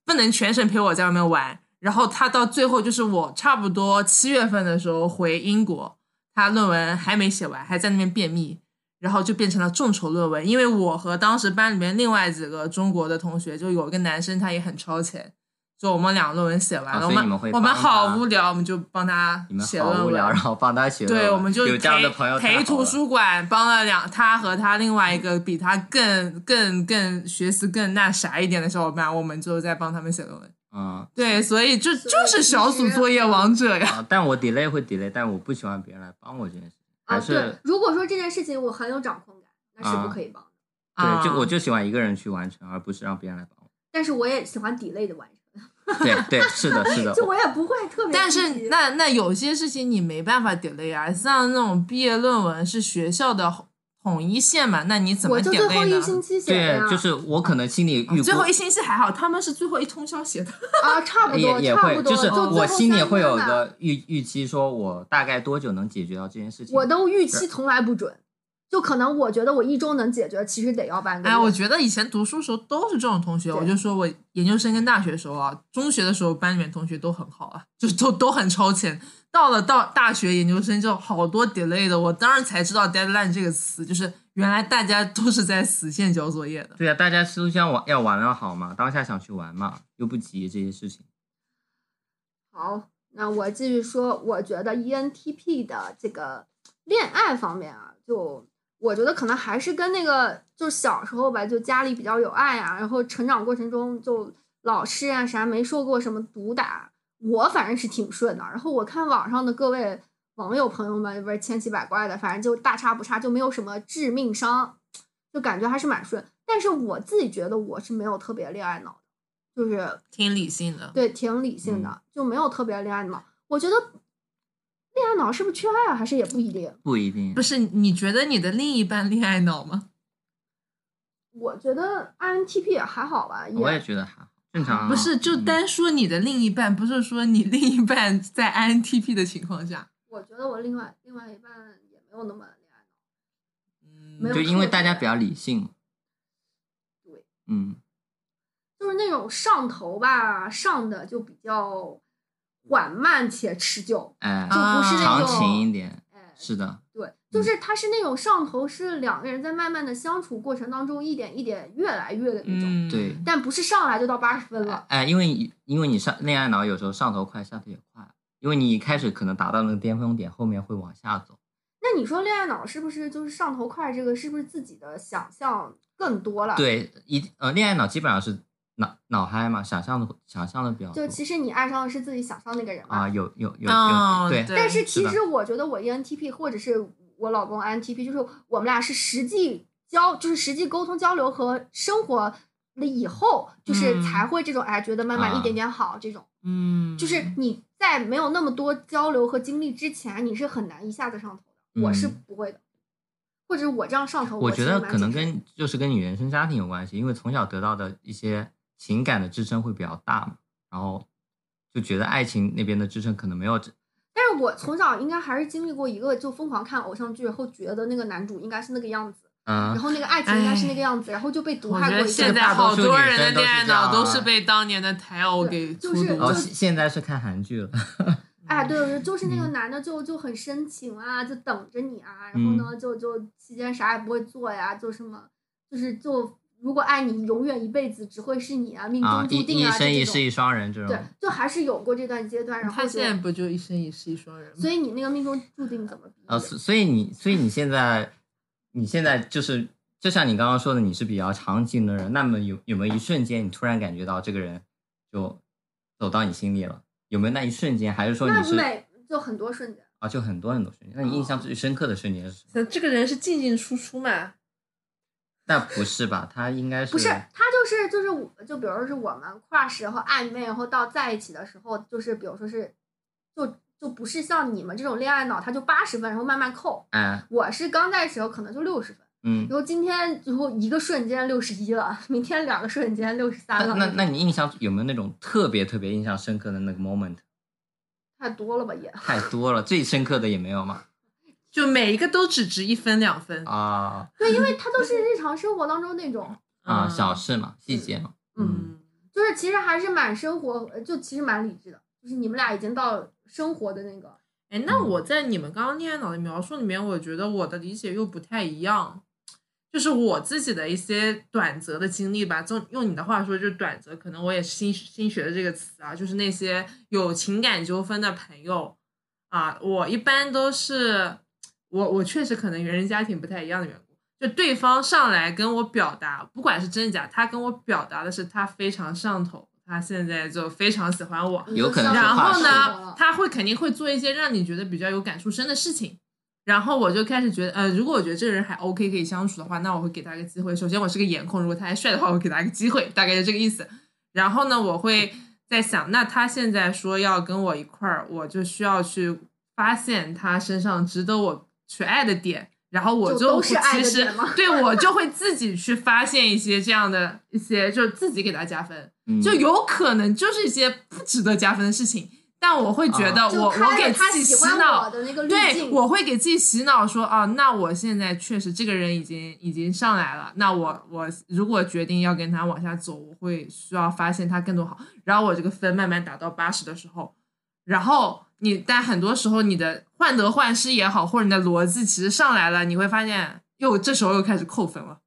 Speaker 2: 不能全程陪我在外面玩。然后她到最后就是我差不多七月份的时候回英国，她论文还没写完，还在那边便秘。然后就变成了众筹论文，因为我和当时班里面另外几个中国的同学，就有一个男生他也很超前，就我们俩论文写完
Speaker 3: 啊
Speaker 2: 了，
Speaker 3: 所
Speaker 2: 我
Speaker 3: 以
Speaker 2: 们
Speaker 3: 你们会
Speaker 2: 我们
Speaker 3: 帮
Speaker 2: 好
Speaker 3: 他
Speaker 2: 无聊，我们就帮他
Speaker 3: 你们
Speaker 2: 写
Speaker 3: 好
Speaker 2: 论
Speaker 3: 无
Speaker 2: 文，
Speaker 3: 聊，然后帮他写论文。
Speaker 2: 对，我们就
Speaker 3: 有这样的
Speaker 2: 陪
Speaker 3: 朋友太好
Speaker 2: 陪
Speaker 3: 了
Speaker 2: 图书馆帮了两他和他另外一个比他更更更学习更那啥一点的小伙伴，我们就在帮他们写论文。
Speaker 3: 嗯。
Speaker 2: 对，所以就
Speaker 1: 所以
Speaker 2: 就是小组作业王者呀。
Speaker 3: 啊，但我 delay 会 delay，但我不喜欢别人来帮我这件事，还
Speaker 1: 啊，
Speaker 3: 是、
Speaker 1: 对，如果说这件事情我很有掌控感，那是不
Speaker 3: 啊
Speaker 1: 可以帮的。
Speaker 2: 啊
Speaker 3: 对，就我就喜欢一个人去完成，而不是让别人来帮我。
Speaker 1: 但是我也喜欢 delay 的完成，
Speaker 3: 对对，是的，是的，
Speaker 1: 就我也不会特别积极。
Speaker 2: 但是那那有些事情你没办法 delay 啊，像那种毕业论文是学校的统一线嘛，那你怎么
Speaker 1: 我就最后
Speaker 2: delay
Speaker 1: 一
Speaker 2: 呢？
Speaker 1: 星期写的呀
Speaker 3: 对，就是我可能心里预估，
Speaker 2: 哦最后一星期还好，他们是最后一通宵写的。
Speaker 1: 啊，差不多，
Speaker 3: 也也
Speaker 1: 差
Speaker 3: 会
Speaker 1: 不，多，
Speaker 3: 是
Speaker 1: 最后
Speaker 3: 我心里
Speaker 1: 三
Speaker 3: 会有
Speaker 1: 天吧。
Speaker 3: 个预预期，说我大概多久能解决到这件事情。
Speaker 1: 我都预期从来不准，就可能我觉得我一周能解决，其实得要半个月。
Speaker 2: 哎，我觉得以前读书时候都是这种同学，
Speaker 1: 对
Speaker 2: 我就说我研究生跟大学时候啊，中学的时候班里面同学都很好啊，就都都很超前。到了到大学研究生就好多 delay 的，我当时才知道 deadline 这个词，就是原来大家都是在死线交作业的。
Speaker 3: 对啊，大家都想玩要玩了好嘛，当下想去玩嘛，又不急这些事情。
Speaker 1: 好，那我继续说，我觉得 E ENTP 的这个恋爱方面啊，就我觉得可能还是跟那个就小时候吧，就家里比较有爱啊，然后成长过程中就老师啊啥没受过什么毒打，我反正是挺顺的。然后我看网上的各位网友朋友们，不是千奇百怪的，反正就大差不差，就没有什么致命伤，就感觉还是蛮顺。但是我自己觉得我是没有特别恋爱脑的，就是
Speaker 2: 挺理性的。
Speaker 1: 对，挺理性
Speaker 3: 嗯
Speaker 1: 的，就没有特别恋爱脑。我觉得恋爱脑是不是缺爱啊？还是也不一定。
Speaker 3: 不一定
Speaker 2: 不，是，你觉得你的另一半恋爱脑吗？
Speaker 1: 我觉得 INTP 也还好吧，
Speaker 3: 我也
Speaker 1: 也
Speaker 3: 觉得还好，正常、啊。
Speaker 2: 不是，就
Speaker 3: 嗯
Speaker 2: 单说你的另一半，不是说你另一半在 INTP 的情况下，
Speaker 1: 我觉得我另外另外一半也没有那么恋爱脑。
Speaker 2: 嗯
Speaker 1: 没有
Speaker 3: 就因为大家比较理性。
Speaker 1: 对，
Speaker 3: 嗯，
Speaker 1: 就是那种上头吧，上的就比较缓慢且持久，
Speaker 3: 哎
Speaker 1: 就，不是那
Speaker 3: 长
Speaker 1: 种、
Speaker 3: 情一点，
Speaker 1: 哎，
Speaker 3: 是的，
Speaker 1: 对，就是他是那种上头，是两个人在慢慢的相处过程当中一点一点越来越的那种，
Speaker 2: 嗯，
Speaker 3: 对。
Speaker 1: 但不是上来就到八十分了。
Speaker 3: 哎，因为你因为你上恋爱脑有时候上头快，下头也快，因为你一开始可能达到那个巅峰点，后面会往下走。
Speaker 1: 那你说恋爱脑是不是就是上头快？这个是不是自己的想象更多了？，
Speaker 3: 对，一呃，恋爱脑基本上是脑脑嗨嘛，想象的想象的比较多
Speaker 1: 就其实你爱上的是自己想象那个人嘛。
Speaker 3: 啊，有有有有、
Speaker 2: 嗯，
Speaker 3: 对，
Speaker 1: 但是其
Speaker 3: 是
Speaker 1: 实我觉得我 E ENTP 或者是我老公 INTP，就是我们俩是实际交，就是实际沟通交流和生活了以后，就是
Speaker 2: 嗯
Speaker 1: 才会这种、哎，觉得慢慢
Speaker 3: 啊
Speaker 1: 一点点好、这种。
Speaker 2: 嗯，
Speaker 1: 就是你在没有那么多交流和经历之前，你是很难一下子上头的。我是
Speaker 3: 嗯
Speaker 1: 不会的，或者我这样上头，
Speaker 3: 我觉
Speaker 1: 是
Speaker 3: 得
Speaker 1: 蛮
Speaker 3: 可能
Speaker 1: 谨慎的
Speaker 3: 跟就是跟你原生家庭有关系，因为从小得到的一些情感的支撑会比较大嘛，然后就觉得爱情那边的支撑可能没有这
Speaker 1: 但是我从小应该还是经历过一个，就疯狂看偶像剧，然后觉得那个男主应该是那个样子，
Speaker 3: 嗯
Speaker 1: 然后那个爱情应该是那
Speaker 3: 哎
Speaker 1: 个样子，然后就被毒
Speaker 2: 我
Speaker 1: 害
Speaker 2: 觉
Speaker 1: 过
Speaker 2: 得
Speaker 1: 一
Speaker 2: 现在
Speaker 1: 大
Speaker 2: 好
Speaker 1: 波。
Speaker 2: 多人的恋爱脑
Speaker 3: 对
Speaker 2: 都是啊被当年的台偶给荼
Speaker 1: 就是
Speaker 2: 毒
Speaker 3: 哦，
Speaker 1: 就
Speaker 2: 的。
Speaker 3: 现现在是看韩剧了，
Speaker 1: 哎，对对，就是那
Speaker 3: 嗯
Speaker 1: 个男的就就很深情啊，就等着你啊，然后呢，
Speaker 3: 嗯
Speaker 1: 就就期间啥也不会做呀，就什么，就是就如果爱你，永远一辈子只会是你啊，命
Speaker 3: 啊
Speaker 1: 中，
Speaker 3: 一
Speaker 1: 注定
Speaker 3: 一
Speaker 1: 啊，就
Speaker 3: 生一
Speaker 1: 这
Speaker 3: 世啊
Speaker 1: 种。
Speaker 3: 一双人这
Speaker 1: 对
Speaker 3: 种，，
Speaker 1: 就还是有过这段阶段，然后
Speaker 2: 他
Speaker 1: 就
Speaker 2: 现在不就一生一世一双人吗？
Speaker 1: 所以你那个命中注定怎么比？
Speaker 3: 啊，所所以你所以你现在你现在就是就像你刚刚说的，你是比较长情的人，那么有有没有一瞬间你突然感觉到这个人就走到你心里了？有没有那一瞬间？还是说
Speaker 1: 那
Speaker 3: 你是
Speaker 1: 每就很多瞬间。
Speaker 3: 啊，就很多很多瞬间？那你印
Speaker 1: 哦
Speaker 3: 象最深刻的瞬间是什么？
Speaker 2: 那这个人是进进出出嘛？
Speaker 3: 那不是吧？他应该是
Speaker 1: 不是，
Speaker 2: 嗯
Speaker 1: 他就是就是我，就比如说是我们 crush，然后暧昧，然后到在一起的时候，就是比如说是，就就不是像你们这种恋爱脑，他就八十分，然后慢慢扣。
Speaker 3: 哎
Speaker 1: 我是刚在一起时候可能就六十分，
Speaker 3: 嗯，
Speaker 1: 然后今天然后一个瞬间六十一了，明天两个瞬间六十三了，
Speaker 3: 那那那你印象有没有那种特别特别印象深刻的那个 moment？
Speaker 1: 太多了吧也。
Speaker 3: 太多了，最深刻的也没有嘛
Speaker 2: 就每一个都只值一分两分
Speaker 3: 啊
Speaker 1: 对，因为他都是日常生活当中那种，
Speaker 3: 啊，小事嘛，细节嘛，
Speaker 1: 嗯，
Speaker 2: 嗯，
Speaker 1: 就是其实还是蛮生活，呃就其实蛮理智的，就是你们俩已经到生活的那个，
Speaker 2: 哎，那我在你们刚刚恋爱脑的描述里面，我觉得我的理解又不太一样。就是我自己的一些短则的经历吧，就用你的话说，就是短则，可能我也是新新学的这个词啊，就是那些有情感纠纷的朋友啊，我一般都是我我确实可能原生家庭不太一样的缘故，就对方上来跟我表达，不管是真假，他跟我表达的是他非常上头，他现在就非常喜欢我，
Speaker 3: 有可能是
Speaker 2: 然后
Speaker 3: 话术
Speaker 2: 呢，他会肯定会做一些让你觉得比较有感触深的事情。然后我就开始觉得，呃，如果我觉得这个人还 OK 可以相处的话，那我会给他一个机会。首先，我是个颜控，如果他还帅的话，我会给他一个机会，大概就这个意思。然后呢，我会在想，那他现在说要跟我一块儿，我就需要去发现他身上值得我去爱的点，然后我
Speaker 1: 就
Speaker 2: 就
Speaker 1: 都
Speaker 2: 会
Speaker 1: 是爱
Speaker 2: 其
Speaker 1: 的
Speaker 2: 实
Speaker 1: 点吗
Speaker 2: 对我就会自己去发现一些这样的一些，就自己给他加分。
Speaker 3: 嗯
Speaker 2: 就有可能就是一些不值得加分的事情，但我会觉得
Speaker 3: 啊
Speaker 1: 就
Speaker 2: 我、
Speaker 1: 开了
Speaker 2: 我给自
Speaker 1: 他
Speaker 2: 己
Speaker 1: 喜
Speaker 2: 洗
Speaker 1: 欢我
Speaker 2: 脑，
Speaker 1: 的那个滤
Speaker 2: 对，
Speaker 1: 镜，
Speaker 2: 我会给自己洗脑说啊，那我现在确实这个人已经已经上来了，那我我如果决定要跟他往下走，我会需要发现他更多好，然后我这个分慢慢打到八十的时候，然后你但很多时候你的患得患失也好，或者你的逻辑其实上来了，你会发现又这时候又开始扣分了，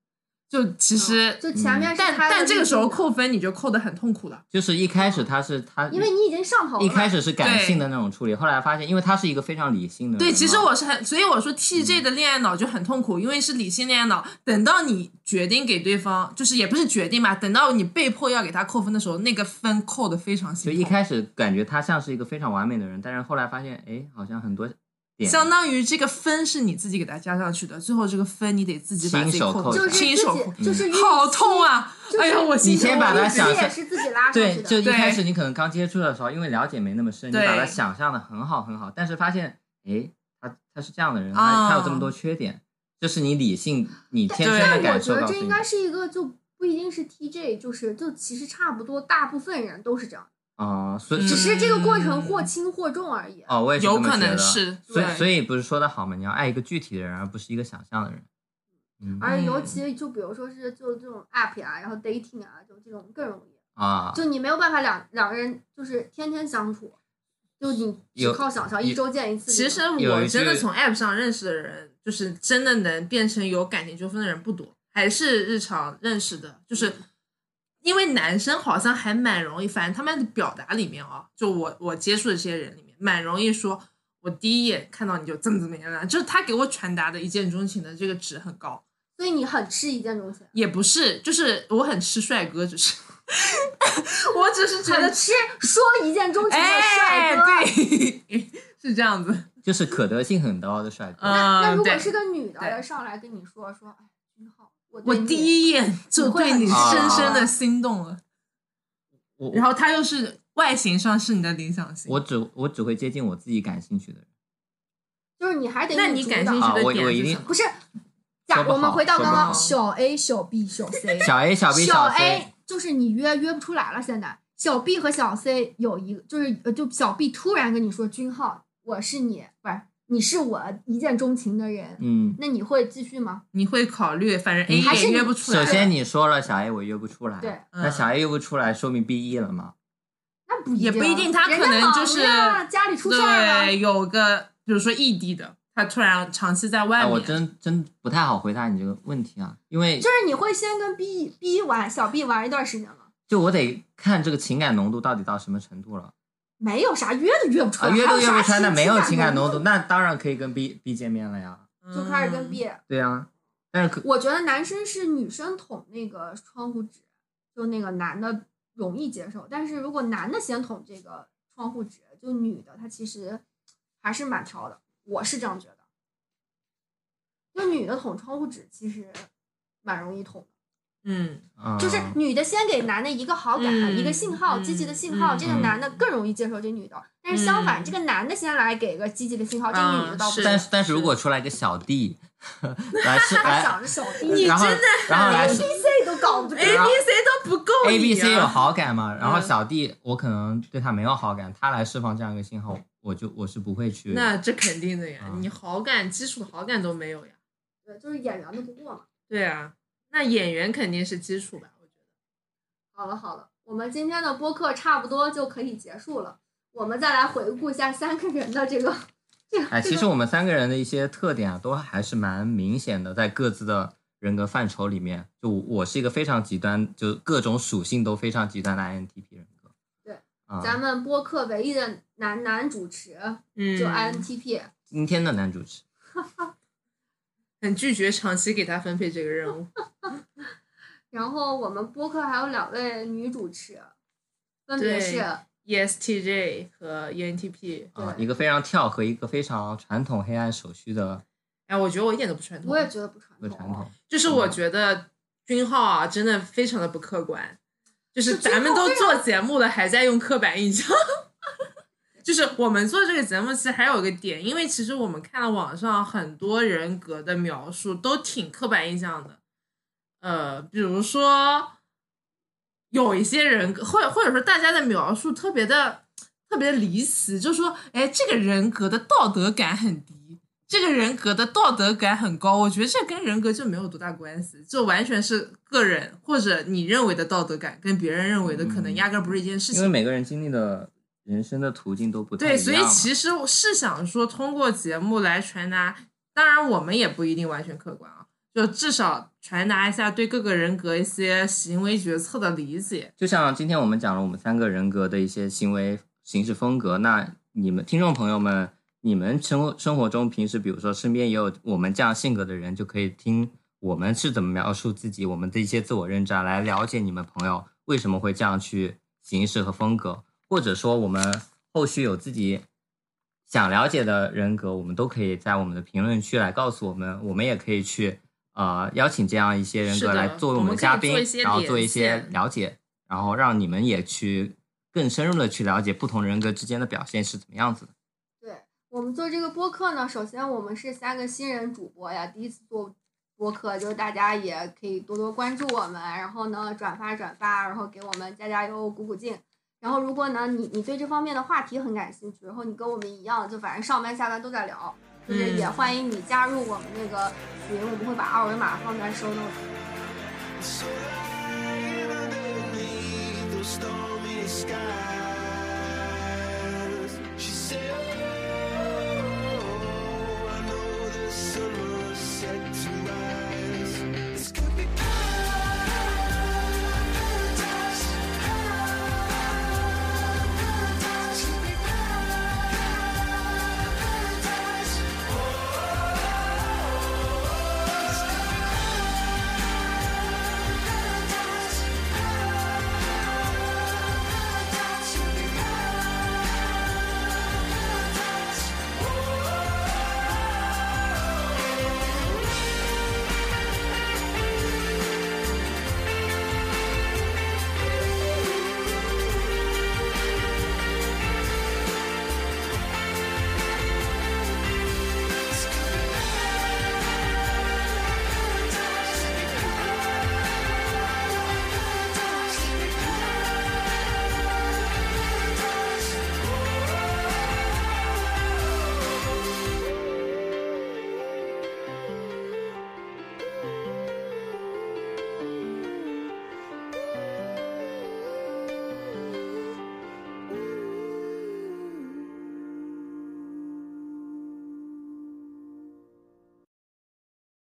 Speaker 2: 就其实、
Speaker 1: 就前面是
Speaker 2: 嗯但
Speaker 1: 开了
Speaker 2: 但这个时候
Speaker 1: 滤镜
Speaker 2: 扣分你就扣的很痛苦了。
Speaker 3: 就是一开始他是他，
Speaker 1: 因为你已经上头了嘛，
Speaker 3: 一开始是感性的那种处理，后来发现，因为他是一个非常理性的人嘛，
Speaker 2: 对，其实我是很，所以我说 TJ 的
Speaker 3: 嗯
Speaker 2: 恋爱脑就很痛苦，因为是理性恋爱脑。等到你决定给对方，就是也不是决定吧，等到你被迫要给他扣分的时候，那个分扣的非常
Speaker 3: 就
Speaker 2: 辛
Speaker 3: 一
Speaker 2: 苦，
Speaker 3: 开始感觉他像是一个非常完美的人，但是后来发现，哎，好像很多点
Speaker 2: 相当于这个分是你自己给他加上去的，最后这个分你得自己把自己
Speaker 3: 亲手扣
Speaker 2: 进
Speaker 1: 就
Speaker 2: 去
Speaker 1: 是
Speaker 2: 亲手扣，
Speaker 1: 自己就是预期
Speaker 2: 嗯好痛！啊！
Speaker 1: 就是
Speaker 2: 哎呀，我心
Speaker 3: 你先
Speaker 2: 疼
Speaker 3: 把
Speaker 2: 我
Speaker 3: 它
Speaker 1: 预
Speaker 2: 自己
Speaker 1: 期
Speaker 3: 想
Speaker 1: 也是自己拉上去
Speaker 3: 对，就
Speaker 1: 的。
Speaker 3: 一
Speaker 2: 对
Speaker 3: 开始你可能刚接触的时候，因为了解没那么深，你
Speaker 2: 对
Speaker 3: 把他想象的很好很好，但是发现，哎，他他是这样的人，
Speaker 2: 啊
Speaker 3: 他他有这么多缺点，这是你理性你天生
Speaker 1: 但
Speaker 3: 的
Speaker 1: 我
Speaker 3: 感
Speaker 1: 觉
Speaker 3: 受
Speaker 1: 得
Speaker 3: 告
Speaker 1: 这
Speaker 3: 诉
Speaker 1: 应
Speaker 3: 你
Speaker 1: 该是一个就。不一定是 TJ，就是就其实差不多，大部分人都是这样，
Speaker 3: 啊，所以
Speaker 2: 嗯
Speaker 1: 只是这个过程或轻或重而已。
Speaker 3: 哦，我也是这
Speaker 2: 有
Speaker 3: 么
Speaker 2: 可
Speaker 3: 觉
Speaker 2: 能
Speaker 3: 得
Speaker 2: 是
Speaker 3: 所以
Speaker 2: 对
Speaker 3: 所以不是说的好嘛，你要爱一个具体的人，而不是一个想象的人，嗯
Speaker 1: 而尤其就比如说是就这种 app 呀、然后 dating 啊，就这种更容易。
Speaker 3: 啊，
Speaker 1: 就你没有办法两两个人就是天天相处，就你只
Speaker 3: 有
Speaker 1: 靠想象，
Speaker 3: 有
Speaker 1: 一周见一次这
Speaker 2: 其
Speaker 1: 种。
Speaker 2: 实
Speaker 3: 有
Speaker 2: 我
Speaker 3: 一
Speaker 2: 真的
Speaker 3: 句
Speaker 2: 从 App 上认识的人，就是真的能变成有感情纠纷的人不多，还是日常认识的，就是因为男生好像还蛮容易，反正他们的表达里面啊，就我我接触的这些人里面，蛮容易说，我第一眼看到你就怎么怎么样了，啊就是他给我传达的一见钟情的这个值很高，
Speaker 1: 所以你很吃一见钟情，
Speaker 2: 也不是，就是我很吃帅哥，只是 我只是觉得
Speaker 1: 很。吃说一见钟情的帅
Speaker 2: 哎
Speaker 1: 哥。，
Speaker 2: 对， 是这样子。
Speaker 3: 就是可得性很高的帅哥。
Speaker 1: 那那
Speaker 2: 嗯，
Speaker 1: 如
Speaker 2: 对。
Speaker 1: 果是个女的
Speaker 2: 对
Speaker 1: 人上来跟你说说，哎，君浩，我
Speaker 2: 我
Speaker 1: 我
Speaker 2: 第一眼就对你深深的心动了，
Speaker 3: 我
Speaker 2: 然后他又是外形上是你的理想型，
Speaker 3: 我只我只会接近我自己感兴趣的人
Speaker 1: 就是你还得
Speaker 2: 那
Speaker 1: 女
Speaker 2: 你
Speaker 1: 主
Speaker 2: 感
Speaker 1: 导
Speaker 2: 兴
Speaker 3: 啊
Speaker 2: 趣的
Speaker 3: 我我
Speaker 2: 点
Speaker 3: 一
Speaker 2: 是
Speaker 3: 定
Speaker 2: 什么？
Speaker 1: 不是？假
Speaker 3: 说不
Speaker 1: 我们
Speaker 3: 好
Speaker 1: 回到
Speaker 3: 说
Speaker 1: 刚
Speaker 3: 不
Speaker 1: 刚
Speaker 3: 好
Speaker 1: 小 A、小 B、小 C，
Speaker 3: 小 A、小 B、
Speaker 1: 小
Speaker 3: C，
Speaker 1: A 就是你约约不出来了，现在小 B 和小 C 有一个就是呃，就小 B 突然跟你说君浩，我是你不是你是我一见钟情的人，
Speaker 3: 嗯，
Speaker 1: 那你会继续吗？
Speaker 2: 你会考虑，反正 A
Speaker 1: 还是
Speaker 2: 也
Speaker 1: 你
Speaker 2: 约不出来。
Speaker 3: 首先你说了小 A 我约不出来，
Speaker 1: 对
Speaker 3: 那小 A 约不出来，说明 B E 了嘛？
Speaker 1: 那不啊
Speaker 2: 也不一定他
Speaker 1: 人
Speaker 2: 可
Speaker 1: 家
Speaker 2: 能
Speaker 1: 忙
Speaker 2: 就是
Speaker 1: 呀家里出事儿了，
Speaker 2: 对，有个比如说异地的，他突然长期在外
Speaker 3: 哎，
Speaker 2: 面，
Speaker 3: 我真真不太好回答你这个问题啊，因为
Speaker 1: 就是你会先跟 B B 玩小 B 玩一段时间吗？
Speaker 3: 就我得看这个情感浓度到底到什么程度了
Speaker 1: 没有啥约都约不出
Speaker 3: 啊，
Speaker 1: 来，
Speaker 3: 约
Speaker 1: 还
Speaker 3: 都
Speaker 1: 有
Speaker 3: 约
Speaker 1: 啥
Speaker 3: 不出来，那没有情
Speaker 1: 情
Speaker 3: 感
Speaker 1: 感
Speaker 3: 浓
Speaker 1: 度
Speaker 3: 度，，那当然可以跟 B B 见面了呀，
Speaker 2: 嗯
Speaker 1: 就开始跟 B。
Speaker 3: 对呀，但是可
Speaker 1: 我觉得男生是女生捅那个窗户纸，就那个男的容易接受，但是如果男的先捅这个窗户纸，就女的她其实还是蛮挑的，我是这样觉得。就女的捅窗户纸其实蛮容易捅的，
Speaker 2: 嗯，
Speaker 3: 啊
Speaker 1: 就是女的先给男的一个好感、
Speaker 2: 嗯
Speaker 1: 一个信号、
Speaker 2: 嗯
Speaker 1: 积极的信号，
Speaker 2: 嗯
Speaker 1: 这个男的更容易接受这女的。但是相反，这个男的先来给个积极的信号，这个女的倒不
Speaker 2: 啊是
Speaker 3: 但是但是如果出来一个小弟 来是
Speaker 1: 她还
Speaker 3: 来，
Speaker 1: 想着小弟，
Speaker 2: 你
Speaker 3: 然后
Speaker 2: 真的
Speaker 3: 哎然后来
Speaker 1: A
Speaker 3: 是
Speaker 1: B。C 都搞不
Speaker 2: A
Speaker 1: 定。
Speaker 3: 然后
Speaker 2: B C 都不够
Speaker 3: A、B、C
Speaker 2: 你
Speaker 3: 有
Speaker 2: 啊。
Speaker 3: 好感嘛，然后
Speaker 2: 嗯
Speaker 3: 小弟我可能对他没有好感，他来释放这样一个信号，我就我是不会去。
Speaker 2: 那这肯定的呀
Speaker 3: 啊，
Speaker 2: 你好感基础的好感都没有呀。
Speaker 1: 对，就是演员的不过嘛。
Speaker 2: 对啊，那演员肯定是基础吧，我觉得。
Speaker 1: 好了好了，我们今天的播客差不多就可以结束了。我们再来回顾一下三个人的这个这个。
Speaker 3: 哎，
Speaker 1: 这
Speaker 3: 其
Speaker 1: 个
Speaker 3: 实我们三个人的一些特点啊，都还是蛮明显的，在各自的人格范畴里面，就我是一个非常极端，就各种属性都非常极端的 INTP 人格。
Speaker 1: 对，
Speaker 3: 啊、
Speaker 1: 咱们播客唯一的男男主持
Speaker 2: 嗯，
Speaker 1: 就 INTP，、
Speaker 3: 今天的男主持，
Speaker 2: 很拒绝长期给他分配这个任务。
Speaker 1: 然后我们播客还有两位女主持，分别
Speaker 2: 对
Speaker 1: 是
Speaker 2: E ESTJ 和 E ENTP，
Speaker 3: 啊，
Speaker 1: 对
Speaker 3: 一个非常跳和一个非常传统黑暗手续的
Speaker 2: 哎，我觉得我一点都不传统
Speaker 1: 我，也觉得不传
Speaker 3: 一个传统。
Speaker 2: 就是我觉得君浩啊，真的非常的不客观，就是
Speaker 1: 君浩
Speaker 2: 咱们都
Speaker 1: 非常
Speaker 2: 做节目了，还在用刻板印象。 就是我们做这个节目，其实还有一个点，因为其实我们看了网上很多人格的描述，都挺刻板印象的。呃，比如说有一些人格，或或者说大家的描述特别的特别离奇，就说哎，这个人格的道德感很低，这个人格的道德感很高。我觉得这跟人格就没有多大关系，这完全是个人或者你认为的道德感跟别人认为的可能
Speaker 3: 嗯
Speaker 2: 压根儿不是一件事
Speaker 3: 因
Speaker 2: 情。
Speaker 3: 为每个人经历的人生的途径都不太
Speaker 2: 对，
Speaker 3: 一
Speaker 2: 所以
Speaker 3: 样嘛
Speaker 2: 其实我是想说，通过节目来传达，当然我们也不一定完全客观啊，就至少传达一下对各个人格一些行为决策的理解。
Speaker 3: 就像今天我们讲了我们三个人格的一些行为行事风格，那你们听众朋友们，你们生活生活中平时，比如说身边也有我们这样性格的人，就可以听我们是怎么描述自己，我们的一些自我认知啊，来了解你们朋友为什么会这样去行事和风格，或者说我们后续有自己。想了解的人格，我们都可以在我们的评论区来告诉我们，我们也可以去呃邀请这样一些人
Speaker 2: 是
Speaker 3: 格
Speaker 2: 的
Speaker 3: 来作为
Speaker 2: 我
Speaker 3: 们
Speaker 2: 们
Speaker 3: 的
Speaker 2: 可以
Speaker 3: 嘉
Speaker 2: 做
Speaker 3: 宾
Speaker 2: 一，些
Speaker 3: 然后
Speaker 2: 连
Speaker 3: 做一些
Speaker 2: 线
Speaker 3: 了解，然后让你们也去更深入的去了解不同人格之间的表现是怎么样子的。
Speaker 1: 对我们做这个播客呢，首先我们是三个新人主播呀，第一次做播客，就是大家也可以多多关注我们，然后呢转发转发，然后给我们加加油、鼓鼓劲。然后如果呢你你对这方面的话题很感兴趣，然后你跟我们一样，就反正上班下班都在聊，就是也
Speaker 2: 嗯
Speaker 1: 欢迎你加入我们那个群，我们会把二维码放在收 n
Speaker 4: So light underneath the stormy sky.